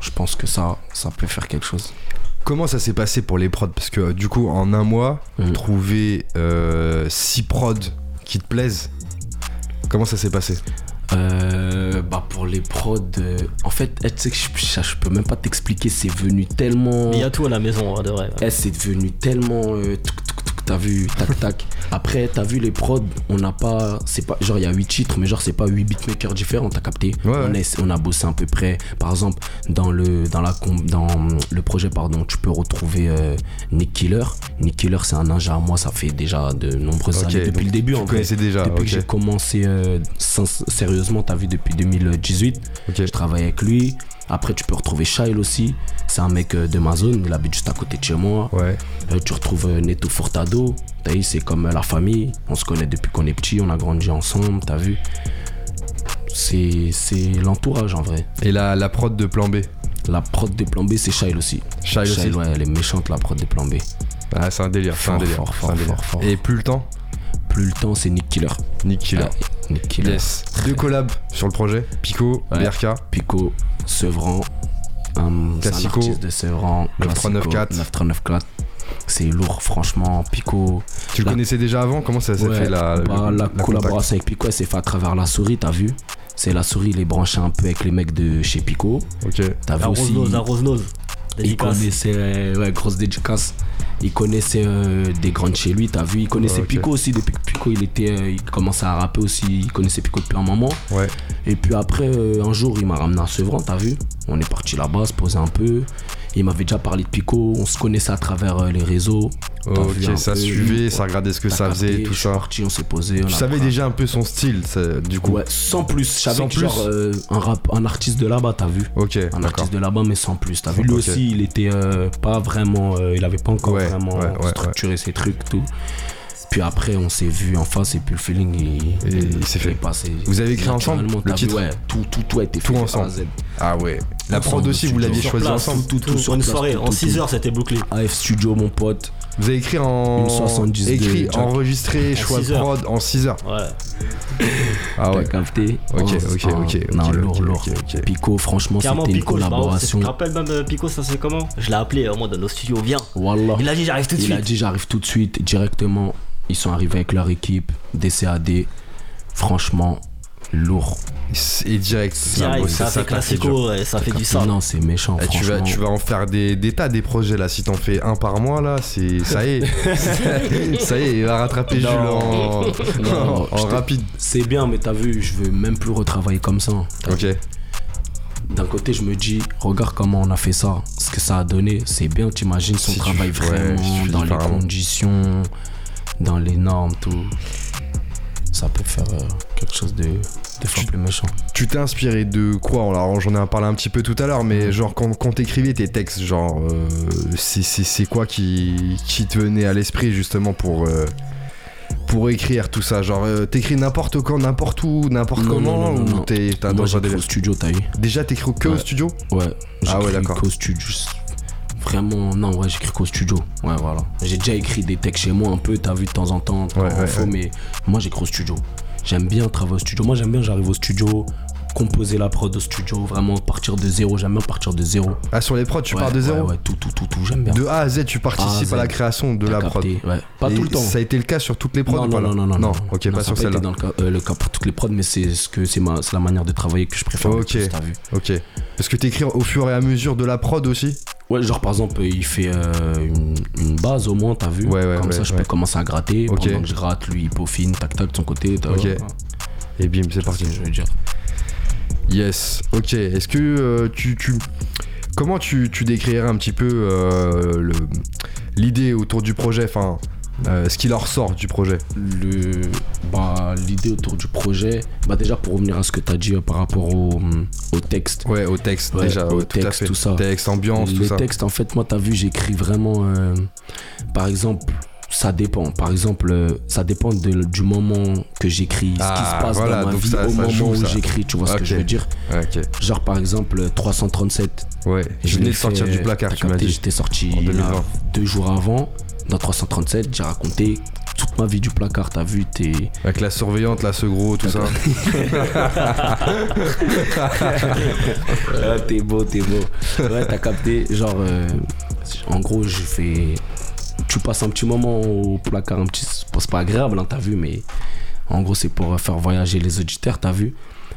Speaker 2: je pense que ça, ça peut faire quelque chose.
Speaker 1: Comment ça s'est passé pour les prods Parce que euh, du coup, en un mois,
Speaker 2: Mhm.
Speaker 1: trouver 6 prods qui te plaisent, comment ça s'est passé
Speaker 2: Euh, bah, pour les prods, euh, en fait, eh, tu sais que je, je- je peux même pas t'expliquer, c'est venu tellement.
Speaker 5: Il y a tout à la maison, hein, de vrai.
Speaker 2: Oh. Eh, c'est devenu tellement euh, touc, touc, touc, t'as vu tac tac après t'as vu les prods on n'a pas c'est pas genre il y a 8 titres mais genre c'est pas 8 beatmakers différents t'as capté
Speaker 1: Ouais, ouais.
Speaker 2: on, est- on a bossé à peu près par exemple dans le dans la com- dans le projet pardon tu peux retrouver euh, Nick Killer Nick Killer c'est un ninja à moi ça fait déjà de nombreuses
Speaker 1: Ok,
Speaker 2: années
Speaker 1: donc
Speaker 2: depuis le début
Speaker 1: Tu
Speaker 2: en vrai
Speaker 1: connaissais déjà.
Speaker 2: depuis
Speaker 1: ok.
Speaker 2: que j'ai commencé euh, sin- sérieusement, t'as vu depuis 2018,
Speaker 1: Ok.
Speaker 2: je travaille avec lui. Après, tu peux retrouver Shyle aussi. C'est un mec euh, de ma zone, il habite juste à côté de chez moi.
Speaker 1: Ouais.
Speaker 2: Euh, tu retrouves euh, Neto Furtado. T'as vu, c'est comme euh, la famille. On se connaît depuis qu'on est petit, on a grandi ensemble, t'as vu. C'est c'est l'entourage en vrai.
Speaker 1: Et la, la prod de plan B
Speaker 2: La prod des plans B, c'est Shyle aussi.
Speaker 1: Shyle aussi.
Speaker 2: Shyle, ouais, elle est méchante la prod des plans B.
Speaker 1: Ah, c'est un délire. C'est un
Speaker 2: Fort,
Speaker 1: délire.
Speaker 2: fort,
Speaker 1: c'est
Speaker 2: fort,
Speaker 1: un délire.
Speaker 2: fort, fort.
Speaker 1: Et plus le temps
Speaker 2: Plus le temps, c'est Nick Killer.
Speaker 1: Nick Killer.
Speaker 2: Ah, Nick Killer.
Speaker 1: yes. Deux collabs sur le projet Pico,
Speaker 2: Ouais.
Speaker 1: BRK.
Speaker 2: Pico, Sevran, un, c'est un
Speaker 1: Classico.
Speaker 2: artiste de Sevran,
Speaker 1: 9394.
Speaker 2: 9394. C'est lourd, franchement. Pico,
Speaker 1: Tu le
Speaker 2: La-
Speaker 1: connaissais déjà avant Comment ça s'est
Speaker 2: Ouais,
Speaker 1: fait la, le-
Speaker 2: bah, la
Speaker 1: le contact
Speaker 2: collaboration avec Pico, elle s'est faite à travers la souris, t'as vu C'est la souris, il est branché un peu avec les mecs de chez Pico.
Speaker 1: Ok.
Speaker 2: T'as vu
Speaker 5: La
Speaker 2: aussi
Speaker 5: rose-nose, la rose-nose.
Speaker 2: Il
Speaker 5: Dédicace.
Speaker 2: connaissait, ouais, grosse dédicace. Il connaissait euh, des grandes chez lui, t'as vu Il connaissait
Speaker 1: ok.
Speaker 2: Pico aussi, depuis que Pico il était, euh, il commençait à rapper aussi, il connaissait Pico depuis un moment.
Speaker 1: Ouais.
Speaker 2: Et puis après, euh, un jour, il m'a ramené à Sevran, t'as vu On est parti là-bas, se poser un peu. Il m'avait déjà parlé de Pico, on se connaissait à travers euh, les réseaux. T'as vu un
Speaker 1: Ok, ça
Speaker 2: peu,
Speaker 1: suivait,
Speaker 2: ouais,
Speaker 1: ça regardait ce que
Speaker 2: t'as
Speaker 1: ça
Speaker 2: capté,
Speaker 1: faisait, tout
Speaker 2: je suis
Speaker 1: ça.
Speaker 2: parti, on s'est posé. on
Speaker 1: Tu
Speaker 2: a
Speaker 1: savais
Speaker 2: pris un-
Speaker 1: déjà un peu son style, ça, du coup.
Speaker 2: Ouais, sans plus. Je savais
Speaker 1: Sans
Speaker 2: que genre
Speaker 1: plus.
Speaker 2: euh, un, rap, un artiste de là-bas, t'as vu
Speaker 1: Ok,
Speaker 2: un
Speaker 1: d'accord.
Speaker 2: artiste de là-bas mais sans plus t'as vu lui
Speaker 1: Ok.
Speaker 2: aussi il était euh, pas vraiment euh, il avait pas encore
Speaker 1: Ouais,
Speaker 2: vraiment
Speaker 1: ouais, ouais,
Speaker 2: structuré ses trucs tout puis après on s'est vu en face et puis le feeling il,
Speaker 1: Et il s'est fait.
Speaker 2: est passé
Speaker 1: Vous avez écrit
Speaker 2: Naturellement,
Speaker 1: ensemble, le
Speaker 2: t'as vu,
Speaker 1: titre
Speaker 2: ouais, tout tout tout a été
Speaker 1: Tout
Speaker 2: fait de A à
Speaker 1: ensemble.
Speaker 2: Z.
Speaker 1: Ah ouais. La
Speaker 2: Ensemble
Speaker 1: prod
Speaker 2: au
Speaker 1: aussi, vous
Speaker 2: studio.
Speaker 1: l'aviez
Speaker 2: Sur
Speaker 1: choisi
Speaker 5: place,
Speaker 1: ensemble.
Speaker 2: tout tout
Speaker 5: Tout,
Speaker 2: sur
Speaker 5: une
Speaker 2: place,
Speaker 5: soirée,
Speaker 2: tout,
Speaker 5: en
Speaker 2: tout,
Speaker 5: 6
Speaker 2: tout.
Speaker 5: heures, Oh, c'était bouclé.
Speaker 2: AF Studio mon pote
Speaker 1: Vous avez écrit en.
Speaker 2: Une 70 de
Speaker 1: écrit,
Speaker 2: Jack.
Speaker 1: enregistré,
Speaker 5: En
Speaker 1: choix
Speaker 5: six
Speaker 1: de
Speaker 5: heures.
Speaker 1: prod en 6 heures.
Speaker 5: Ouais.
Speaker 1: Ah ouais.
Speaker 2: t'as capté
Speaker 1: Ok,
Speaker 2: Oh,
Speaker 1: ok,
Speaker 2: c'est un-
Speaker 1: ok, ok,
Speaker 2: non
Speaker 1: ok,
Speaker 2: lourd
Speaker 1: ok,
Speaker 2: lourd
Speaker 1: ok.
Speaker 2: Pico franchement
Speaker 5: Clairement,
Speaker 2: c'était une
Speaker 5: Pico, je me rappelle-
Speaker 2: collaboration
Speaker 5: Tu te rappelles même euh, Pico, ça c'est comment Je l'ai appelé euh, moi dans nos studios, viens.
Speaker 2: Wallah.
Speaker 5: Il a dit, j'arrive tout de
Speaker 2: Il a
Speaker 5: suite.
Speaker 2: dit j'arrive tout de suite, directement. Ils sont arrivés avec leur équipe, DCAD. Franchement, lourd.
Speaker 1: Et direct.
Speaker 5: Direct,
Speaker 1: c'est
Speaker 5: ça fait
Speaker 1: qui est dur.
Speaker 5: classico et ça fait du sale.
Speaker 2: Non, c'est méchant.
Speaker 1: Eh, tu, vas,
Speaker 2: franchement.
Speaker 1: tu vas en faire des, des tas des projets là. Si t'en fais un par mois là, c'est ça y est. ça y est, il va rattraper Jules en,
Speaker 2: Non,
Speaker 1: en
Speaker 2: je te-
Speaker 1: rapide.
Speaker 2: C'est bien, mais t'as vu, je veux même plus retravailler comme ça. T'as
Speaker 1: Ok.
Speaker 2: vu. D'un côté, je me dis, regarde comment on a fait ça, ce que ça a donné. C'est bien, t'imagines
Speaker 1: Si
Speaker 2: si on
Speaker 1: tu-
Speaker 2: travaille
Speaker 1: ouais,
Speaker 2: vraiment
Speaker 1: si tu
Speaker 2: dans
Speaker 1: dis
Speaker 2: les
Speaker 1: vraiment.
Speaker 2: conditions, dans les normes, tout. Ça peut faire euh, quelque chose de, de fois plus méchant.
Speaker 1: Tu t'es inspiré de quoi Alors j'en ai parlé un petit peu tout à l'heure, mais genre quand, quand t'écrivais tes textes, genre euh, c'est- c'est c'est quoi qui, qui te venait à l'esprit justement pour, euh, pour écrire tout ça Genre euh, t'écris n'importe quand, n'importe où, n'importe
Speaker 2: Non,
Speaker 1: comment
Speaker 2: non, non, non,
Speaker 1: ou
Speaker 2: non.
Speaker 1: t'es t'as
Speaker 2: Moi,
Speaker 1: dans un
Speaker 2: j'écris
Speaker 1: délire
Speaker 2: au studio, t'as eu
Speaker 1: Déjà t'écris que au
Speaker 2: Ouais.
Speaker 1: studio
Speaker 2: Ouais,
Speaker 1: Ah ouais,
Speaker 2: j'écris
Speaker 1: d'accord.
Speaker 2: qu'au studio. Vraiment, non, ouais, j'écris qu'au studio. Ouais, voilà. J'ai déjà écrit des textes chez moi un peu, t'as vu de temps en temps, quand
Speaker 1: Ouais,
Speaker 2: il
Speaker 1: ouais,
Speaker 2: faut,
Speaker 1: ouais.
Speaker 2: mais moi j'écris au studio. J'aime bien travailler au studio. Moi j'aime bien, j'arrive au studio, composer la prod au studio, vraiment partir de zéro. J'aime bien partir de zéro.
Speaker 1: Ah sur les prods tu
Speaker 2: Ouais,
Speaker 1: pars de
Speaker 2: ouais,
Speaker 1: zéro
Speaker 2: Ouais, tout, tout, tout, tout, j'aime bien.
Speaker 1: De A à Z tu participes
Speaker 2: A à
Speaker 1: à la
Speaker 2: Z.
Speaker 1: création de
Speaker 2: T'as
Speaker 1: la prod.
Speaker 2: capté, ouais. Pas
Speaker 1: Et
Speaker 2: tout le temps.
Speaker 1: Ça a été le cas sur toutes les prods
Speaker 2: non,
Speaker 1: ou pas,
Speaker 2: non,
Speaker 1: là
Speaker 2: non, non, non, non.
Speaker 1: ok,
Speaker 2: Non,
Speaker 1: pas
Speaker 2: ça
Speaker 1: sur
Speaker 2: a pas été
Speaker 1: celle-là.
Speaker 2: dans le cas, euh, le cas pour toutes les prods, mais c'est ce que c'est ma, c'est la manière de travailler que je préfère. le
Speaker 1: Ok.
Speaker 2: plus, t'as vu.
Speaker 1: Ok. Parce que t'écris au fur et à mesure de la prod aussi
Speaker 2: Ouais, genre par exemple, il fait euh, une, une base au moins, t'as vu
Speaker 1: Ouais, ouais,
Speaker 2: Comme
Speaker 1: ouais,
Speaker 2: ça, je
Speaker 1: ouais.
Speaker 2: peux commencer à gratter.
Speaker 1: Ok.
Speaker 2: Pendant que je gratte, lui, il peaufine, tac-tac de son côté. t'as-
Speaker 1: Ok.
Speaker 2: voilà.
Speaker 1: Et bim, c'est
Speaker 2: C'est ce
Speaker 1: parti.
Speaker 2: que je veux dire.
Speaker 1: Yes, ok. Est-ce que euh, tu, tu- Comment tu, tu décrirais un petit peu euh, le- l'idée autour du projet Enfin, euh, ce qui leur sort du projet
Speaker 2: Le, bah, l'idée autour du projet, bah déjà pour revenir à ce que t'as dit euh, par rapport au, hum, au texte.
Speaker 1: Ouais, au texte,
Speaker 2: Ouais,
Speaker 1: déjà,
Speaker 2: au
Speaker 1: ouais, tout à
Speaker 2: texte,
Speaker 1: fait.
Speaker 2: tout ça.
Speaker 1: Texte, ambiance,
Speaker 2: les
Speaker 1: tout ça.
Speaker 2: textes, en fait, moi, t'as vu, j'écris vraiment. euh, par exemple, ça dépend. Par exemple, euh, ça dépend de- du moment que j'écris, ce qui
Speaker 1: Ah,
Speaker 2: se passe
Speaker 1: voilà,
Speaker 2: dans ma
Speaker 1: donc
Speaker 2: vie
Speaker 1: ça-
Speaker 2: au
Speaker 1: ça
Speaker 2: moment
Speaker 1: joue,
Speaker 2: où
Speaker 1: ça.
Speaker 2: j'écris, tu vois ce
Speaker 1: Ok.
Speaker 2: que je veux dire.
Speaker 1: Ok.
Speaker 2: Genre par exemple euh, 337.
Speaker 1: Ouais. Je venais
Speaker 2: l'ai
Speaker 1: de sortir
Speaker 2: fait-
Speaker 1: du placard,
Speaker 2: t'as
Speaker 1: tu m'as
Speaker 2: capté,
Speaker 1: dit.
Speaker 2: J'étais sorti
Speaker 1: En 2020.
Speaker 2: là, deux jours avant, dans 337, j'ai raconté toute ma vie du placard, t'as vu, t'es...
Speaker 1: Avec la surveillante, la segro, tout ça.
Speaker 2: Ah, t'es beau, t'es beau. Ouais, t'as capté. Genre, euh, en gros, je fais. Tu passes un petit moment au placard, un petit. bon, C'est pas agréable, hein, t'as vu, mais en gros, c'est pour faire voyager les auditeurs, t'as vu.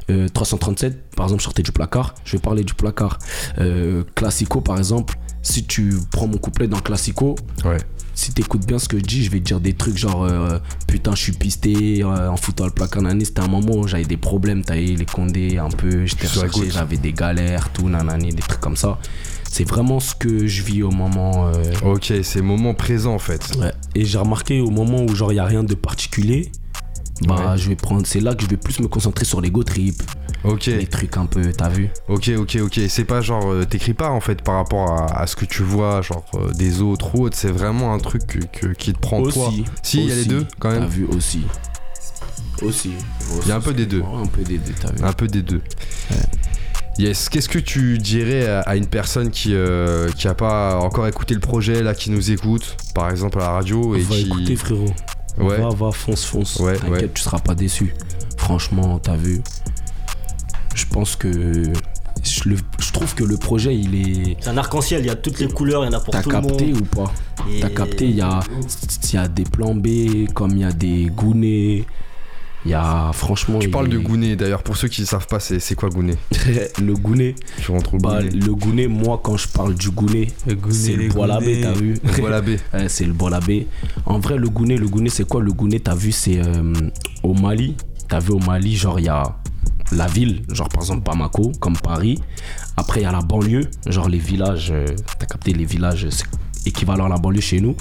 Speaker 2: Euh, 337, par exemple, sortez du placard. Je vais parler du placard. Euh, classico, par exemple. Si tu prends mon couplet dans Classico,
Speaker 1: Ouais.
Speaker 2: si t'écoutes bien ce que je dis, je vais te dire des trucs genre euh, putain, je suis pisté euh, en foutant le placard. Nanani, c'était un moment où j'avais des problèmes, t'as eu les condés un peu, j'étais
Speaker 1: Sur la
Speaker 2: recherché,
Speaker 1: goutte.
Speaker 2: j'avais des galères, tout, nanani, des trucs comme ça. C'est vraiment ce que je vis au moment. euh,
Speaker 1: Ok, c'est moment présent en fait.
Speaker 2: Ouais. Et j'ai remarqué au moment où genre il y a rien de particulier, bah
Speaker 1: Ouais.
Speaker 2: je vais prendre, c'est là que je vais plus me concentrer sur les go trips,
Speaker 1: Ok,
Speaker 2: les trucs un peu, t'as vu
Speaker 1: ok, ok, ok. C'est pas genre, euh, t'écris pas en fait par rapport à, à ce que tu vois, genre euh, des autres ou autres. C'est vraiment un truc que- que- qui te prend toi.
Speaker 2: Aussi.
Speaker 1: Si, il y a les
Speaker 2: aussi,
Speaker 1: deux, quand même.
Speaker 2: T'as vu aussi. Aussi.
Speaker 1: Il y a un peu des deux. Ah,
Speaker 2: Ouais, un peu des deux, t'as vu.
Speaker 1: Un peu des deux. Yes, qu'est-ce que tu dirais à, à une personne qui, euh, qui a pas encore écouté le projet, là, qui nous écoute, par exemple à la radio et
Speaker 2: va
Speaker 1: qui.
Speaker 2: écouter frérot.
Speaker 1: Ouais.
Speaker 2: Va, va, fonce, fonce.
Speaker 1: Ouais,
Speaker 2: T'inquiète,
Speaker 1: ouais.
Speaker 2: tu seras pas déçu. Franchement, t'as vu. Je pense que. Je, le- je trouve que le projet, il est.
Speaker 5: C'est un arc-en-ciel, il y a toutes les couleurs, il y en a pour
Speaker 2: T'as
Speaker 5: tout le monde.
Speaker 2: capté ou pas
Speaker 5: Et-
Speaker 2: T'as capté, il y a, il y a des plans B, comme il y a des gounets. Il y a. Franchement.
Speaker 1: Tu parles de
Speaker 2: gounets.
Speaker 1: Gounet d'ailleurs, pour ceux qui ne savent pas, c'est c'est quoi Gounet
Speaker 2: le gounet.
Speaker 1: Tu rentres au
Speaker 2: Bah,
Speaker 1: Gounet.
Speaker 2: le gounet, moi, quand je parle du gounet, c'est le bois labé, t'as vu
Speaker 1: Voilà, B.
Speaker 2: Ouais, Euh, c'est le Bolabé. En vrai, le Gouné, le Gouné, c'est quoi le Gouné T'as vu, c'est euh, au Mali. T'as vu au Mali, genre, il y a la ville, genre par exemple Bamako, comme Paris. Après, il y a la banlieue, genre les villages. euh, T'as capté les villages, c'est équivalent à la banlieue chez nous.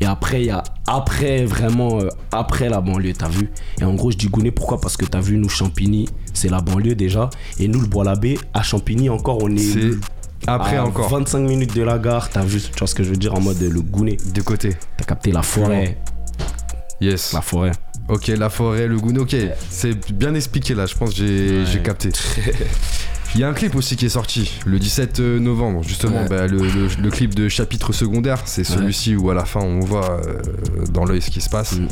Speaker 2: Et après, il y a après, vraiment, euh, après la banlieue, t'as vu. Et en gros, je dis Gouné, pourquoi Parce que t'as vu, nous, Champigny, c'est la banlieue déjà. Et nous, le Bolabé, à Champigny, encore, on est.
Speaker 1: C'est après
Speaker 2: à
Speaker 1: encore.
Speaker 2: 25 minutes de la gare, t'as vu, tu vois ce que je veux dire en mode euh, le Gouné.
Speaker 1: De côté.
Speaker 2: T'as capté la forêt.
Speaker 1: Yes.
Speaker 2: La forêt.
Speaker 1: Ok, la forêt, le Gounet, ok. C'est bien expliqué là, je pense que j'ai j'ai capté. Il y a un clip aussi qui est sorti le 17 novembre, justement,
Speaker 2: Ouais.
Speaker 1: bah, le, le- le clip de chapitre secondaire. C'est celui-ci où à la fin on voit euh, dans l'œil ce qui se passe.
Speaker 2: Mm.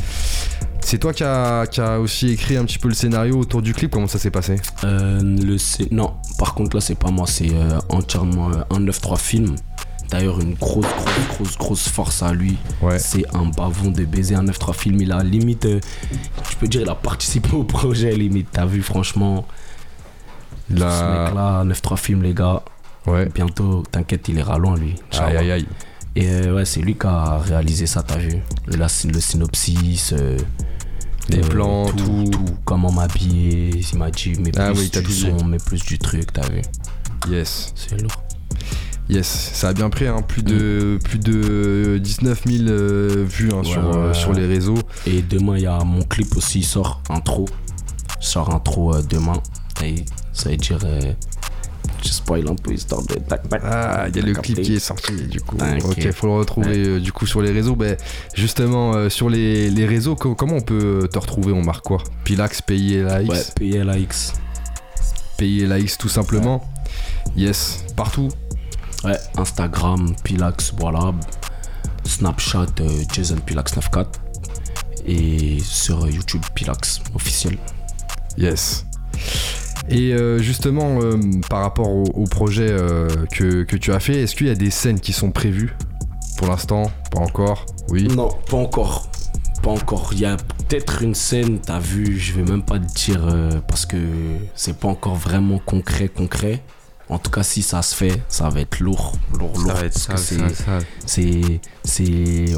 Speaker 1: C'est toi qui as qui as aussi écrit un petit peu le scénario autour du clip, comment ça s'est passé
Speaker 2: Euh, le C- Non, par contre là c'est pas moi, c'est euh, entièrement euh, 193 film. D'ailleurs une grosse grosse grosse grosse force à lui.
Speaker 1: Ouais.
Speaker 2: C'est un bavon de baiser 193 film. Il a limite, euh, je peux dire, il a participé au projet limite. T'as vu franchement ce mec
Speaker 1: La...
Speaker 2: là, 93 film les gars.
Speaker 1: Ouais.
Speaker 2: Bientôt, t'inquiète, il ira loin lui.
Speaker 1: Aïe
Speaker 2: Inch'Allah.
Speaker 1: aïe aïe.
Speaker 2: Et euh, ouais, c'est lui qui a réalisé ça, t'as vu Et là, c'est le synopsis. euh,
Speaker 1: Les plans, tout.
Speaker 2: Comment m'habiller, il m'a dit, mais plus
Speaker 1: Ah oui, t'as
Speaker 2: du
Speaker 1: tout dit.
Speaker 2: son, mais plus du truc, t'as vu
Speaker 1: Yes.
Speaker 2: C'est lourd.
Speaker 1: Yes, ça a bien pris, hein, plus, de, plus de 19 000 euh, vues hein,
Speaker 2: Mm. Ouais,
Speaker 1: sur, euh,
Speaker 2: ouais,
Speaker 1: sur
Speaker 2: ouais.
Speaker 1: les réseaux.
Speaker 2: Et demain, il y a mon clip aussi, il sort un trop. Sort un trop euh, demain. Et ça veut dire. euh, je spoil un peu, histoire de. Tac, tac.
Speaker 1: Ah, il y a le
Speaker 2: T'as
Speaker 1: clip
Speaker 2: capté.
Speaker 1: qui est sorti du coup.
Speaker 2: Ah, ok.
Speaker 1: ok, faut le retrouver euh, du coup sur les réseaux. Ben, justement, euh, sur les, les réseaux, co- comment on peut euh, te retrouver On marque quoi Pilax, PILAX,
Speaker 2: Ouais, PLAX.
Speaker 1: PILAX tout simplement. Yes, partout.
Speaker 2: Ouais, Instagram, Pilax, voilà. Snapchat, euh, Jason Pilax 94. Et sur euh, YouTube, Pilax officiel.
Speaker 1: Yes. Et euh, justement, euh, par rapport au, au projet euh, que, que tu as fait, est-ce qu'il y a des scènes qui sont prévues Pour l'instant, pas encore. Oui.
Speaker 2: Non, pas encore. Pas encore. Il y a peut-être une scène, t'as vu, je vais même pas te dire euh, parce que c'est pas encore vraiment concret, concret. En tout cas, si ça se fait, ça va être lourd, lourd, lourd. parce que c'est- c'est, c'est,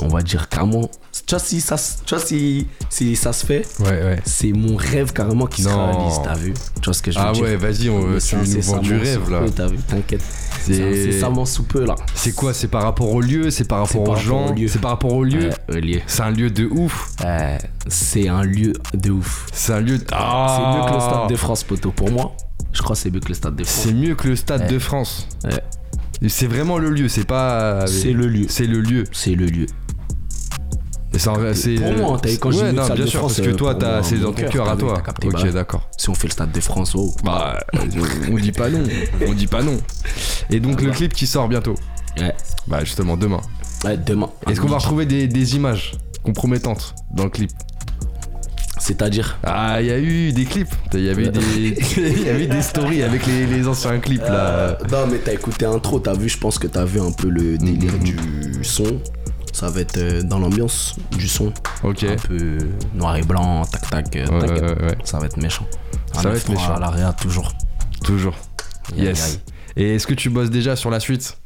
Speaker 2: on va dire carrément. Tu vois, si ça, se- tu vois, si, si ça se fait,
Speaker 1: Ouais, ouais.
Speaker 2: c'est mon rêve carrément qui se
Speaker 1: Non.
Speaker 2: réalise, t'as vu. Tu vois ce que je veux
Speaker 1: Ah
Speaker 2: dire
Speaker 1: ouais, vas-y, on-
Speaker 2: Mais
Speaker 1: tu
Speaker 2: c'est
Speaker 1: nous vends du
Speaker 2: incessamment
Speaker 1: rêve
Speaker 2: sous
Speaker 1: là.
Speaker 2: peu, t'as vu, T'inquiète. C'est
Speaker 1: C'est-
Speaker 2: incessamment sous peu là.
Speaker 1: C'est quoi C'est par rapport au lieu C'est par
Speaker 2: C'est
Speaker 1: rapport
Speaker 2: par
Speaker 1: aux
Speaker 2: rapport
Speaker 1: gens
Speaker 2: au lieu.
Speaker 1: C'est par rapport au lieu
Speaker 2: Ouais, au Euh, lieu.
Speaker 1: C'est un lieu de ouf.
Speaker 2: Euh, c'est un lieu de ouf.
Speaker 1: C'est un lieu.
Speaker 2: Ah. C'est mieux que le Stade de
Speaker 1: de
Speaker 2: France, poteau. Pour moi, je crois que c'est mieux que le Stade de France.
Speaker 1: C'est mieux que le Stade
Speaker 2: Ouais.
Speaker 1: de France.
Speaker 2: Ouais.
Speaker 1: C'est vraiment le lieu. C'est pas.
Speaker 2: C'est le lieu.
Speaker 1: C'est le lieu.
Speaker 2: C'est le lieu.
Speaker 1: Et c'est un vrai- c'est-
Speaker 2: Pour moi, t'as- quand j'ai
Speaker 1: Ouais,
Speaker 2: vu le
Speaker 1: non,
Speaker 2: Stade
Speaker 1: bien
Speaker 2: de
Speaker 1: sûr,
Speaker 2: France,
Speaker 1: parce que
Speaker 2: euh,
Speaker 1: toi,
Speaker 2: pour
Speaker 1: t'as-
Speaker 2: moi,
Speaker 1: c'est
Speaker 2: mon
Speaker 1: dans ton
Speaker 2: cœur,
Speaker 1: cœur à
Speaker 2: t'as-
Speaker 1: toi.
Speaker 2: t'as capté, bah.
Speaker 1: Ok,
Speaker 2: voilà.
Speaker 1: d'accord.
Speaker 2: Si on fait le stade de France, oh.
Speaker 1: Bah, on dit pas non. On dit pas non. Et donc, le clip qui sort bientôt.
Speaker 2: Ah, bah. Ouais.
Speaker 1: Bah, justement, demain.
Speaker 2: Ouais, demain.
Speaker 1: Est-ce qu'on va retrouver des, des images compromettantes dans le clip
Speaker 2: C'est-à-dire.
Speaker 1: Ah, il y a eu des clips. Il y avait
Speaker 2: Ouais.
Speaker 1: des, il y avait des stories avec les, les anciens clips là.
Speaker 2: Euh, non, mais t'as écouté l'intro, t'as vu, je pense que t'as vu un peu le délire
Speaker 1: Mhm.
Speaker 2: du son. Ça va être euh, dans l'ambiance du son.
Speaker 1: Ok.
Speaker 2: Un peu noir et blanc, tac tac, euh,
Speaker 1: Ouais,
Speaker 2: tac.
Speaker 1: ouais, ouais.
Speaker 2: Ça va être méchant.
Speaker 1: Ça
Speaker 2: Un
Speaker 1: va
Speaker 2: neuf
Speaker 1: être
Speaker 2: mois
Speaker 1: méchant.
Speaker 2: À l'area, toujours.
Speaker 1: Toujours.
Speaker 2: Aïe,
Speaker 1: Yes.
Speaker 2: aïe.
Speaker 1: Et est-ce que tu bosses déjà sur la suite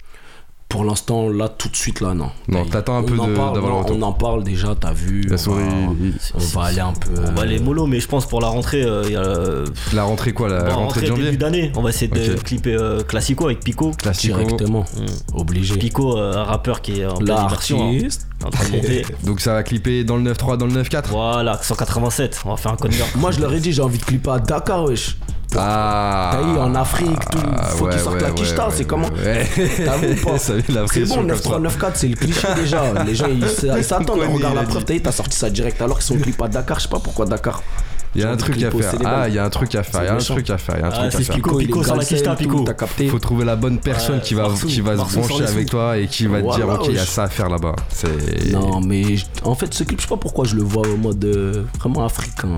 Speaker 2: Pour l'instant, là, tout de suite, là, non.
Speaker 1: Non,
Speaker 2: Aïe.
Speaker 1: t'attends un
Speaker 2: On
Speaker 1: peu
Speaker 2: en
Speaker 1: de-
Speaker 2: parle,
Speaker 1: d'avoir le
Speaker 2: non,
Speaker 1: retour.
Speaker 2: On en parle déjà, t'as vu.
Speaker 1: La
Speaker 2: on
Speaker 1: souris,
Speaker 2: va-
Speaker 1: il-
Speaker 2: On va aller un peu.
Speaker 5: On va aller
Speaker 2: euh,
Speaker 5: mollo, mais je pense pour la rentrée, euh, il y a euh,
Speaker 1: il- la Euh, rentrée quoi La
Speaker 5: bon,
Speaker 1: rentrée de janvier
Speaker 5: début d'année. On va essayer de
Speaker 1: Ok.
Speaker 5: clipper euh, Classico avec Pico.
Speaker 1: Classico.
Speaker 2: Directement.
Speaker 5: Hmm.
Speaker 2: Obligé.
Speaker 5: Pico, euh, un rappeur qui est en pleine immersion, hein,
Speaker 2: L'artiste.
Speaker 5: en train de monter.
Speaker 1: Donc ça va clipper dans le 9-3, dans le 9-4
Speaker 5: Voilà, 187, on va faire un code
Speaker 2: Moi, je leur ai dit, j'ai envie de clipper à Dakar, wesh.
Speaker 1: Ah
Speaker 2: T'as vu, en Afrique, tout. faut qu'ils sortent la quicheta, c'est comment T'as vu ou pas
Speaker 1: Ça met la
Speaker 2: C'est
Speaker 1: pression
Speaker 2: bon,
Speaker 1: comme ça.
Speaker 2: 9394, c'est le cliché déjà. Les gens, ils ils s'attendent,
Speaker 1: Connu,
Speaker 2: ils regardent
Speaker 1: il a
Speaker 2: la
Speaker 1: dit.
Speaker 2: preuve. T'as vu, t'as sorti ça direct alors qu'ils sont clip à Dakar. Je sais pas pourquoi Dakar.
Speaker 5: Ah,
Speaker 1: Il y a un
Speaker 2: Genre,
Speaker 1: truc
Speaker 2: clip
Speaker 1: à
Speaker 2: au
Speaker 1: faire.
Speaker 2: Sénégal.
Speaker 1: Ah, il y a un truc à faire. Il y a un
Speaker 2: C'est méchant.
Speaker 1: truc à faire. Il y a un
Speaker 5: Ah,
Speaker 1: truc à
Speaker 5: c'est
Speaker 1: faire.
Speaker 5: Pico,
Speaker 2: il est
Speaker 5: Pico sur la
Speaker 2: galsen,
Speaker 5: quicheta,
Speaker 2: tout,
Speaker 5: Pico.
Speaker 2: T'as capté.
Speaker 1: Faut trouver la bonne personne
Speaker 5: Ouais,
Speaker 1: qui va,
Speaker 5: Marceau,
Speaker 1: qui va se
Speaker 5: Marceau sur
Speaker 1: brancher
Speaker 5: les
Speaker 1: avec
Speaker 5: sous.
Speaker 1: toi et qui va te dire
Speaker 2: Voilà,
Speaker 1: ok il y a
Speaker 2: wesh.
Speaker 1: ça à faire là-bas. C'est
Speaker 2: Non, mais je- en fait, ce clip, je sais pas pourquoi je le vois en mode euh, vraiment africain.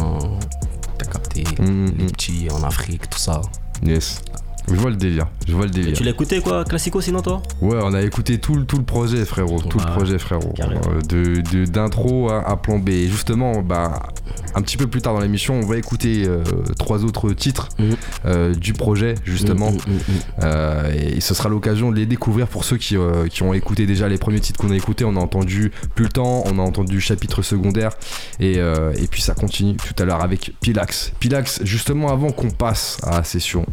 Speaker 2: T'as capté
Speaker 1: Mm, mm.
Speaker 2: les petits en Afrique, tout ça.
Speaker 1: yes. Je vois le délire. Je vois le
Speaker 5: Et
Speaker 1: délire.
Speaker 5: tu l'as écouté quoi, Classico sinon toi
Speaker 1: Ouais, on a écouté tout, le- tout le projet, frérot. Tout le
Speaker 2: Ouais,
Speaker 1: projet, frérot.
Speaker 5: carrément.
Speaker 1: Euh, de- de- D'intro à, à plan B. Et justement, bah, un petit peu plus tard dans l'émission, on va écouter euh, trois autres titres
Speaker 2: Mhm.
Speaker 1: euh, du projet, justement.
Speaker 2: Mm, mm, mm, mm.
Speaker 1: Euh, et ce sera l'occasion de les découvrir pour ceux qui, euh, qui ont écouté déjà les premiers titres qu'on a écoutés. On a entendu Plus le temps, on a entendu Chapitre secondaire et, euh, et puis ça continue tout à l'heure avec Pilax. Pilax, justement avant qu'on passe à la session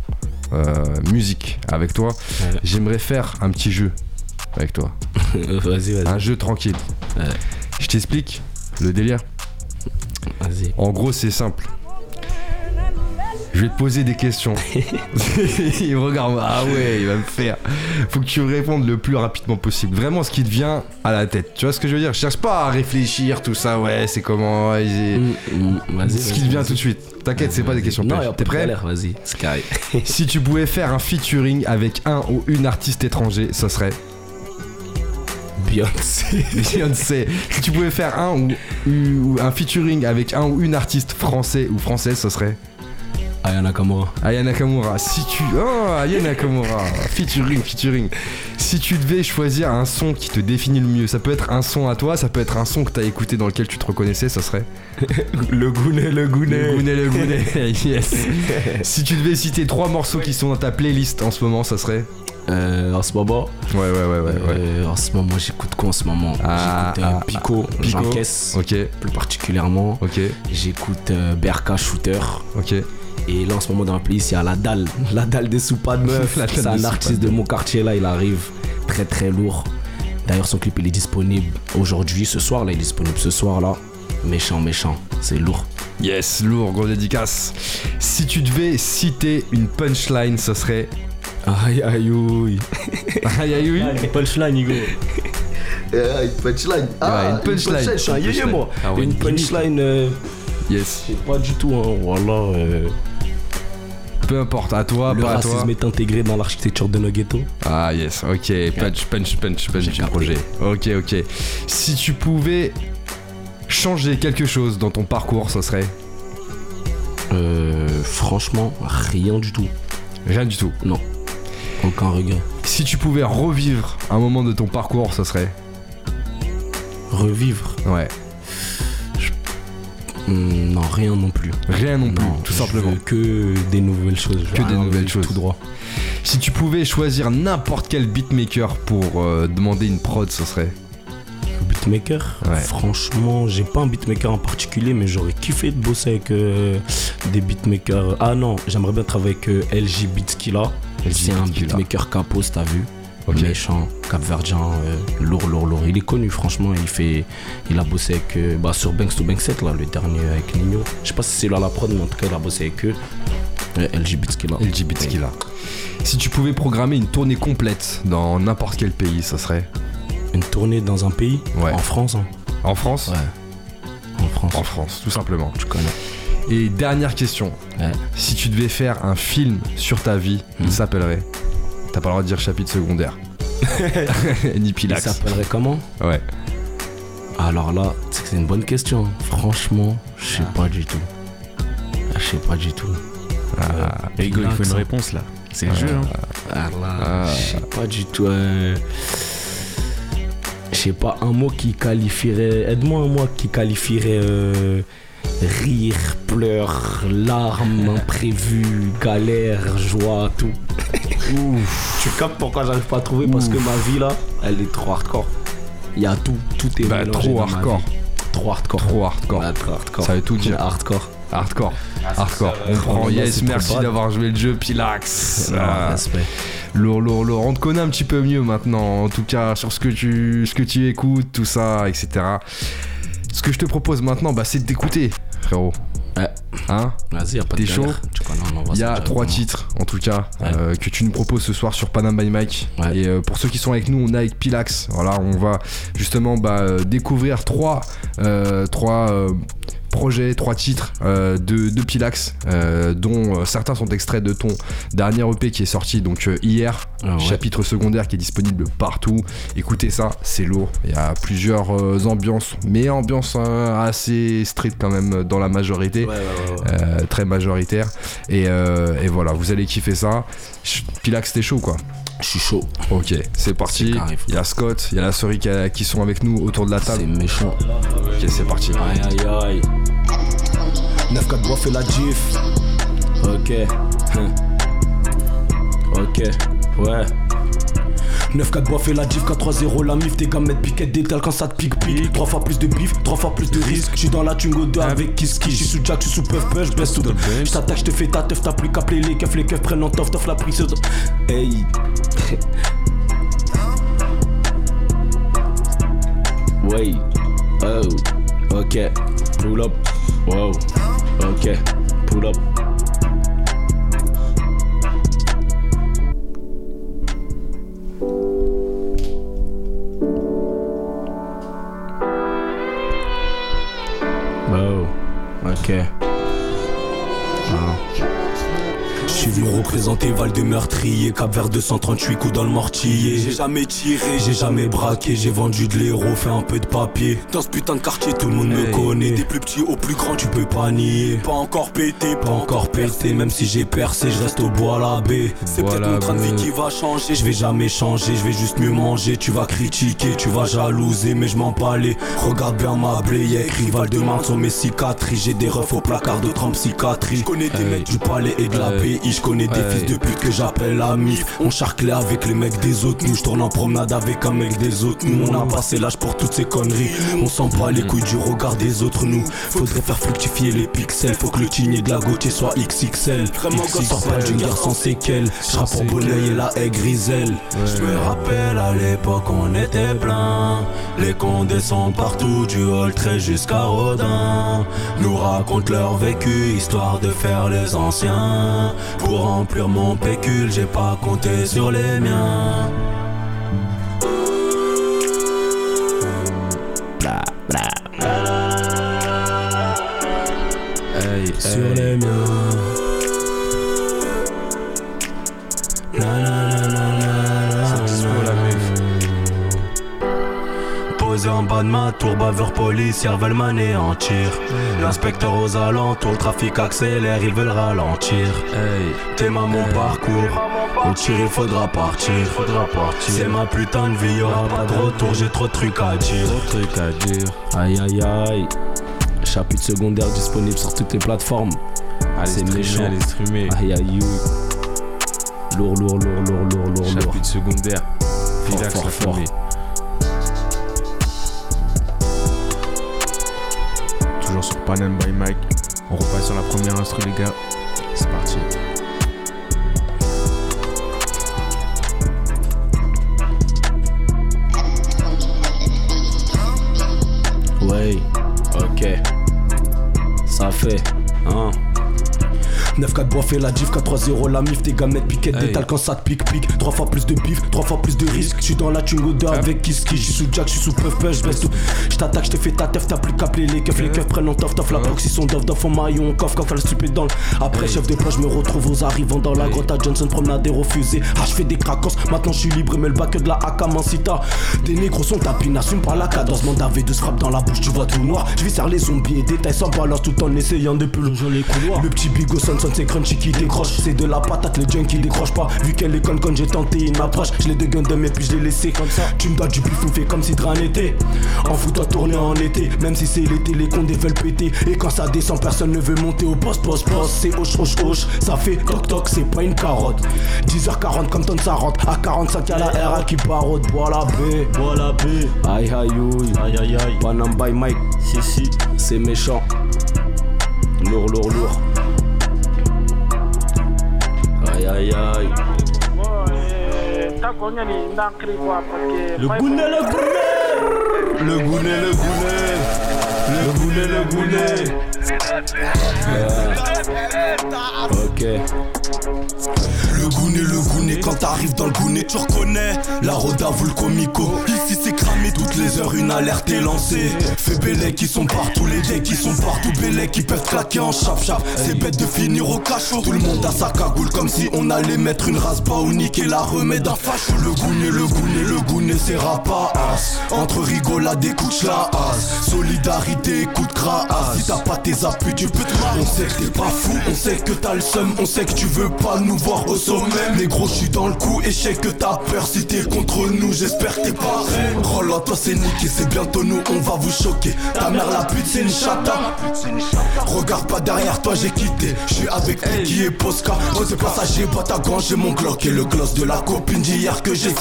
Speaker 1: euh, musique avec toi,
Speaker 2: Ouais.
Speaker 1: j'aimerais faire un petit jeu avec toi.
Speaker 2: vas-y, vas-y.
Speaker 1: Un jeu tranquille.
Speaker 2: Ouais.
Speaker 1: Je t'explique le délire.
Speaker 2: Vas-y.
Speaker 1: En gros, c'est simple. Je vais te poser des questions. il me regarde, ah ouais, il va me faire. Faut que tu répondes le plus rapidement possible. Vraiment ce qui te vient à la tête. Tu vois ce que je veux dire Je cherche pas à réfléchir, tout ça, ouais, c'est comment. ouais, j'ai-
Speaker 2: Mm, mm, Vas-y.
Speaker 1: ce qui
Speaker 2: vas-y,
Speaker 1: te vient
Speaker 2: vas-y.
Speaker 1: tout de suite. T'inquiète, c'est pas des questions
Speaker 2: Non,
Speaker 1: pièges.
Speaker 2: y a
Speaker 1: T'es
Speaker 2: pas de
Speaker 1: prêt
Speaker 2: galère, Vas-y, Sky.
Speaker 1: Si tu pouvais faire un featuring avec un ou une artiste étranger, ça serait
Speaker 2: Beyoncé.
Speaker 1: Beyoncé. si tu pouvais faire un ou, ou un featuring avec un ou une artiste français ou française, ça serait
Speaker 2: Aya Nakamura.
Speaker 1: Aya Nakamura, si tu. Oh, Aya Nakamura, featuring, featuring. Si tu devais choisir un son qui te définit le mieux, ça peut être un son à toi, ça peut être un son que t'as écouté dans lequel tu te reconnaissais, ça serait.
Speaker 2: Le Gounet, le
Speaker 1: Le Gounet, le Gounet, yes. si tu devais citer trois morceaux qui sont dans ta playlist en ce moment, ça serait.
Speaker 2: Euh, en ce moment,
Speaker 1: Ouais, ouais, ouais, ouais. ouais.
Speaker 2: euh, en ce moment, j'écoute quoi en ce moment
Speaker 1: Ah,
Speaker 2: J'écoute euh,
Speaker 1: ah,
Speaker 2: Pico,
Speaker 1: Pico.
Speaker 2: j'encaisse
Speaker 1: Ok,
Speaker 2: plus particulièrement.
Speaker 1: ok,
Speaker 2: J'écoute euh, Berka Shooter.
Speaker 1: ok.
Speaker 2: Et là, en ce moment, dans la playlist, il y a la dalle. La dalle des soupades, meuf.
Speaker 1: La dalle
Speaker 2: C'est
Speaker 1: des
Speaker 2: un
Speaker 1: soupades.
Speaker 2: artiste de mon quartier, là, il arrive. Très, très lourd. D'ailleurs, son clip, il est disponible aujourd'hui, ce soir, là, il est disponible ce soir, là. Méchant, méchant. C'est lourd.
Speaker 1: Yes, lourd, gros dédicace. Si tu devais citer une punchline, ça serait.
Speaker 2: Aïe, aïe, aïe.
Speaker 1: Aïe, aïe, oui.
Speaker 5: Punchline Hugo.
Speaker 2: une punchline.
Speaker 1: Ah, une Euh, punchline.
Speaker 2: Je suis un
Speaker 1: Une
Speaker 2: yéyé,
Speaker 1: punchline.
Speaker 2: moi.
Speaker 1: Ah ouais,
Speaker 2: une
Speaker 1: une
Speaker 2: punchline, euh,
Speaker 1: Yes.
Speaker 2: je sais pas du tout, hein. Voilà. euh,
Speaker 1: Peu importe, à toi,
Speaker 2: le
Speaker 1: pas à toi.
Speaker 2: racisme est intégré dans l'architecture de nos ghettos.
Speaker 1: Ah yes, ok, punch, punch, punch, punch du
Speaker 2: capté.
Speaker 1: projet. Ok, ok. Si tu pouvais changer quelque chose dans ton parcours, ça serait
Speaker 2: Euh, franchement, rien du tout.
Speaker 1: rien du tout.
Speaker 2: Non. Aucun regret.
Speaker 1: Si tu pouvais revivre un moment de ton parcours, ça serait
Speaker 2: Revivre.
Speaker 1: ouais,
Speaker 2: Hmm, non, rien non plus.
Speaker 1: rien non plus,
Speaker 2: Non,
Speaker 1: tout
Speaker 2: je
Speaker 1: simplement.
Speaker 2: veux que des nouvelles choses. je
Speaker 1: Que
Speaker 2: veux
Speaker 1: des
Speaker 2: un
Speaker 1: nouvelles
Speaker 2: truc
Speaker 1: choses.
Speaker 2: Tout droit.
Speaker 1: Si tu pouvais choisir n'importe quel beatmaker pour euh, demander une prod, ça serait
Speaker 2: Beatmaker.
Speaker 1: Ouais.
Speaker 2: Franchement, j'ai pas un beatmaker en particulier, mais j'aurais kiffé de bosser avec euh, des beatmakers. Ah non, j'aimerais bien travailler avec euh, LG Beats qu'il a.
Speaker 1: LG
Speaker 2: C'est un
Speaker 1: Beats qu'il a.
Speaker 2: beatmaker capos, t'as vu.
Speaker 1: Ok.
Speaker 2: Méchant, capverdien, euh, lourd, lourd, lourd. Il est connu, franchement. Il fait, il a bossé avec, euh, bah, sur Banks to Banks 7, là, le dernier avec Nino. Je sais pas si c'est là la prod, mais en tout cas, il a bossé avec eux. Ouais, LG Beats qu'il a.
Speaker 1: LG Beats qu'il a. Si tu pouvais programmer une tournée complète dans n'importe quel pays, ça serait
Speaker 2: Une tournée dans un pays
Speaker 1: Ouais.
Speaker 2: En France hein.
Speaker 1: En France
Speaker 2: Ouais. En France,
Speaker 1: En France, tout simplement.
Speaker 2: tu connais.
Speaker 1: Et dernière question.
Speaker 2: Ouais.
Speaker 1: Si tu devais faire un film sur ta vie, il
Speaker 2: Mhm.
Speaker 1: s'appellerait. T'as pas le droit de dire chapitre secondaire. Ni
Speaker 2: Il
Speaker 1: Pilax.
Speaker 2: s'appellerait comment
Speaker 1: Ouais.
Speaker 2: Alors là, c'est que c'est une bonne question. hein. Franchement, je sais pas du tout. Ah, Je sais pas du tout. Euh,
Speaker 4: Et Hugo, Ah, il faut une
Speaker 2: Relax.
Speaker 4: réponse là. C'est le jeu, hein.
Speaker 2: Ah là,
Speaker 1: Ah.
Speaker 2: je sais pas du tout. euh, Je sais pas un mot qui qualifierait. Aide-moi un mot qui qualifierait euh, rire, pleurs, larmes, imprévu, galère, joie, tout. Tu captes pourquoi j'arrive pas à trouver parce que ma vie là, elle est trop hardcore. Il y a tout, tout est
Speaker 1: Bah,
Speaker 2: mélangé
Speaker 1: trop
Speaker 2: dans ma
Speaker 1: hardcore.
Speaker 2: vie. Trop hardcore.
Speaker 1: Trop hardcore.
Speaker 2: Ouais, trop hardcore.
Speaker 1: Ça veut tout dire.
Speaker 2: Hardcore.
Speaker 1: Hardcore. Hardcore. On
Speaker 2: ça,
Speaker 1: prend
Speaker 2: ouais.
Speaker 1: yes,
Speaker 2: C'est trop
Speaker 1: merci
Speaker 2: bad.
Speaker 1: d'avoir joué le jeu, Pilax.
Speaker 2: Ah,
Speaker 1: Ah.
Speaker 2: respect.
Speaker 1: Lourd, lourd, lourd. On te connaît un petit peu mieux maintenant, en tout cas, sur ce que tu, ce que tu écoutes, tout ça, etc. Ce que je te propose maintenant, bah, c'est d'écouter, frérot.
Speaker 2: Ouais.
Speaker 1: Hein
Speaker 2: Vas-y, y a pas de
Speaker 1: T'es chaud
Speaker 2: galère. Tu connais, on envoie
Speaker 1: Il y
Speaker 2: ça
Speaker 1: a
Speaker 2: directement.
Speaker 1: trois titres, en tout cas,
Speaker 2: Ouais.
Speaker 1: euh, que tu nous proposes ce soir sur Panam by Mike.
Speaker 2: Ouais.
Speaker 1: Et euh, pour ceux qui sont avec nous, on est avec Pilax. Voilà, on va justement bah, euh, découvrir trois, euh, trois euh, projets, trois titres euh, de, de Pilax, euh, dont euh, certains sont extraits de ton dernier EP qui est sorti donc euh, hier,
Speaker 2: Ah ouais.
Speaker 1: chapitre secondaire qui est disponible partout. Écoutez ça, c'est lourd. Il y a plusieurs euh, ambiances, mais ambiance euh, assez street quand même euh, dans la majorité.
Speaker 2: Ouais, ouais, ouais, ouais.
Speaker 1: Euh, très majoritaire. Et, euh, et voilà, vous allez kiffer ça. Ch- Pilax, t'es chaud quoi.
Speaker 2: Je suis chaud.
Speaker 1: Ok, c'est parti.
Speaker 2: C'est carré, frère.
Speaker 1: Il y a Scott, il y a la souris qui, a- qui sont avec nous autour de la
Speaker 2: C'est
Speaker 1: table.
Speaker 2: méchant.
Speaker 1: Ok, c'est parti.
Speaker 2: Aïe aïe aïe. 9-4 bois fait la gif. Ok. Hein. Ok. Ouais. 9-4 bois fait la diff, 4-3-0 la mif, tes gars mettent piquette détale quand ça te pique pique 3 fois plus de bif, 3 fois plus de risque J'suis dans la tungo 2 avec Kiss Kiss, j'suis sous Jack, j'suis sous Puff Puff, j'baisse tout J't'attaque, j'te fais ta teuf, t'as plus qu'à appeler les keufs, les keufs prennent en teuf, teuf la prise Hey Ouais, oh, ok, pull up, wow, ok, pull up. Wow, ok.
Speaker 3: Je suis venu représenter Val des meurtriers, Cap vers 238 coups dans le mortier. J'ai jamais tiré, j'ai jamais braqué, j'ai vendu de l'héros, fait un peu de papier. Dans ce putain de quartier, tout le monde me
Speaker 2: Hey,
Speaker 3: connaît.
Speaker 2: hey.
Speaker 3: Des plus petits aux plus grands, tu peux pas nier. Pas encore pété, pas encore percé, même si j'ai percé, je reste au bois à la baie. C'est
Speaker 1: Bois à
Speaker 3: peut-être
Speaker 1: la
Speaker 3: mon train de vie
Speaker 1: baie.
Speaker 3: qui va changer, je vais jamais changer, je vais juste mieux manger. Tu vas critiquer, tu vas jalouser, mais je m'en palais. Regarde bien ma blé, y'a écrit Val de Marne sur mes cicatrices. J'ai des refs au placard de 30 cicatrices. Je connais des
Speaker 1: Hey.
Speaker 3: mecs du palais et de la
Speaker 1: Hey.
Speaker 3: pays, je connais des
Speaker 1: Ouais.
Speaker 3: fils de pute que j'appelle amis. On charclait avec les mecs des autres, nous je tourne en promenade avec un mec des autres. Nous on a passé l'âge pour toutes ces conneries. On s'en bat les couilles du regard des autres, nous. Faudrait faire fructifier les pixels, faut que le tigné de la gautier soit XXL. XXL. Sors pas d'une guerre sans séquelles, je pour Bonneuil et la haie griselle. Je me rappelle à l'époque on était plein. Les cons descendent partout du Holtré jusqu'à Rodin. Nous racontent leur vécu, histoire de faire les anciens. Pour remplir mon pécule, j'ai pas compté sur les miens. Sur les miens. Na, na, na, na, na, na, na, na. Posé en bas de ma tour, baveur policière veulent m'anéantir. L'inspecteur aux alentours, le trafic accélère, ils veulent ralentir. T'es ma mon parcours, au tir il faudra partir. C'est ma putain de vie, y'aura pas de retour, j'ai trop de trucs à dire.
Speaker 2: Aïe aïe aïe. Chapitre secondaire disponible sur toutes les plateformes. C'est
Speaker 4: streamer,
Speaker 2: méchant.
Speaker 4: Allez streamer.
Speaker 2: Aïe aïe aïe. Lourd, lourd, lourd, lourd, lourd, lourd, lourd.
Speaker 4: Chapitre secondaire. Relax,
Speaker 2: fort,
Speaker 4: la
Speaker 2: fort.
Speaker 4: famille. Toujours sur Panam by Mike. On repasse sur la première instru, les gars. C'est parti.
Speaker 2: Ouais, ok. Ça fait, hein.
Speaker 3: 9-4 bois fait la diff, 4-3-0 la mif, tes gammettes piquettes,
Speaker 2: Hey.
Speaker 3: détale quand ça te pique pique. 3 fois plus de bif, 3 fois plus de risque. J'suis dans la thune odeur avec Kiss Kiss, j'suis sous Jack, j'suis sous Puff Puff, j'baisse tout. J't'attaque, j'te fais ta teuf, t'as plus qu'à appeler les keufs, les keufs prennent en tof, tof, la proxy sont dof, dof, en maillon, coffre, coffre, le stupide dans le. Après, chef de plan, j'me retrouve aux arrivants dans la grotte à Johnson, promenade des refusés. Ah, j'fais des cracos, maintenant j'suis libre, mais le bac que de la AK mancita. Des négros sont tapis, n'assume pas la cadence, mandavé de frappe dans la bouche, tu vois tout noir. J'viscère les zombies et détails sans balance tout en essayant de plus longer les couloirs. Le petit bigo son son, c'est crunchy qui décroche. C'est de la patate, les junk qui décroche pas. Vu qu'elle est con quand j'ai tenté une approche, je l'ai de Gundam et puis je l'ai laissé comme ça. Tu me dois du bif, on fait comme si drain était. En foutant tourner en été, même si c'est l'été, les condés veulent péter. Et quand ça descend, personne ne veut monter au poste, poste, poste. C'est hoche, hoche, hoche, ça fait toc toc, c'est pas une carotte. 10h40 comme tonne ça rentre. À 45 y'a la RA qui parode, voilà B.
Speaker 5: Voilà, B.
Speaker 3: Aïe aïe aïe,
Speaker 5: Aïe aïe aïe.
Speaker 3: Panam by Mike,
Speaker 5: Si, si.
Speaker 3: c'est méchant. Lourd, lourd, lourd. Aïe aïe aïe.
Speaker 6: Le
Speaker 3: gounet, le gounet Le gounet, le gounet Le gounet, le gounet Ok.
Speaker 7: Le gounet, le gounet, quand t'arrives dans le gounet, tu reconnais la roda vous le comico. Ici c'est cramé toutes les heures, une alerte est lancée. Fais bélé qui sont partout, les decks qui sont partout, bélé qui peuvent claquer en chap-chap. C'est bête de finir au cachot. Tout le monde a sa cagoule comme si on allait mettre une race bas ou niquer la remède d'un facho. Le gounet, le gounet, le gounet, c'est rapace. Entre rigolade et couche la hasse. Solidarité, coup de crasse. Si t'as pas tes appuis, tu peux te marrer. On sait que t'es pas fou, on sait que t'as le seum, on sait que tu veux pas nous voir au sommet. Mais gros, je suis dans le coup et je sais que t'as peur si t'es contre nous, j'espère que t'es pas prêt. Roll toi c'est niqué, c'est bientôt nous, on va vous choquer. Ta mère la pute, c'est une chata. Regarde pas derrière toi, j'ai quitté. Je suis avec Peggy et Posca. Moi, c'est passager, pas ta gant, j'ai mon Glock et le gloss de la copine d'hier que j'ai.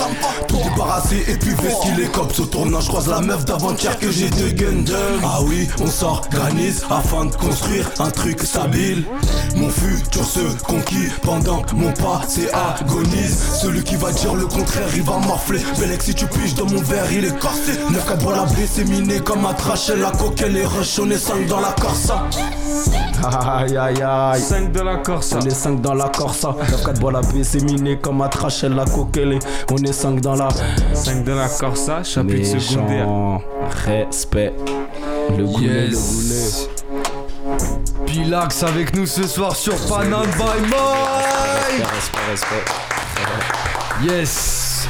Speaker 7: Tout débarrassé et puis vesti les cops. Au tournant, je croise la meuf d'avant-hier que j'ai de Gundam. Ah oui, on s'organise afin de construire un truc stable. Mon futur se conquis pendant que mon passé agonise. Celui qui va dire le contraire, il va morfler. Belek, si tu piges dans mon verre, il est corsé. 9 bois la blessé, miné comme un trash. La coquelle est rush, on est cinq dans la corsa.
Speaker 3: Aïe aïe aïe
Speaker 8: 5 de la Corse.
Speaker 3: On est 5 dans la Corsa, 4 bois la baie, c'est miné comme à Trachel la coquelle. On est 5 dans la
Speaker 8: 5 de la Corsa, chapitre secondaire.
Speaker 2: Méchant. Respect. Le goulet,
Speaker 1: Yes. Pilax avec nous ce soir sur Panam by Mike.
Speaker 2: le goulet. Respect, respect.
Speaker 1: Yes.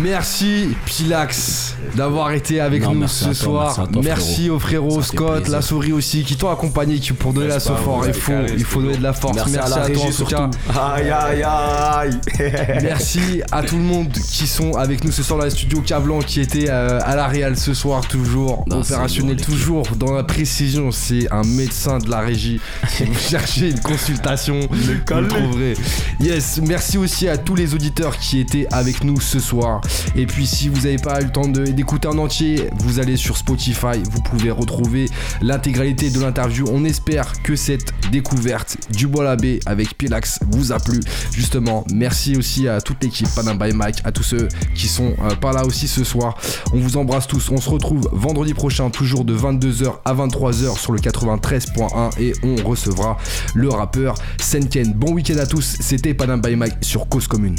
Speaker 1: Merci Pilax d'avoir été avec
Speaker 2: Non,
Speaker 1: nous
Speaker 2: merci
Speaker 1: ce
Speaker 2: à toi,
Speaker 1: soir.
Speaker 2: merci à toi,
Speaker 1: merci
Speaker 2: frérot.
Speaker 1: aux frérots
Speaker 2: Ça fait
Speaker 1: Scott,
Speaker 2: plaisir.
Speaker 1: la souris aussi qui t'ont accompagné, qui pour donner la
Speaker 2: N'est-ce pas,
Speaker 1: sophore.
Speaker 2: vous
Speaker 1: Il
Speaker 2: avez
Speaker 1: faut,
Speaker 2: carré,
Speaker 1: il faut
Speaker 2: c'était
Speaker 1: donner de la force.
Speaker 2: Merci
Speaker 1: Merci,
Speaker 2: à la
Speaker 1: à, toi en
Speaker 2: régie,
Speaker 1: tout cas.
Speaker 2: surtout.
Speaker 3: Aïe aïe aïe
Speaker 1: Merci à tout le monde qui sont avec nous ce soir dans les studios Cavlan qui était euh, à la Real ce soir toujours
Speaker 2: Non, c'est
Speaker 1: opérationnel
Speaker 2: bon, les
Speaker 1: toujours dans la précision c'est un médecin de la régie si vous cherchez une consultation vous le trouverez yes merci aussi à tous les auditeurs qui étaient avec nous ce soir et puis si vous n'avez pas eu le temps de- d'écouter un entier vous allez sur Spotify vous pouvez retrouver l'intégralité de l'interview on espère que cette découverte du bois labé avec Pilax vous a plu justement. Merci aussi à toute l'équipe Panam by Mike, à tous ceux qui sont euh, par là aussi ce soir. On vous embrasse tous. On se retrouve vendredi prochain, toujours de 22h à 23h sur le 93.1 et on recevra le rappeur Senken. Bon week-end à tous. C'était Panam by Mike sur Cause Commune.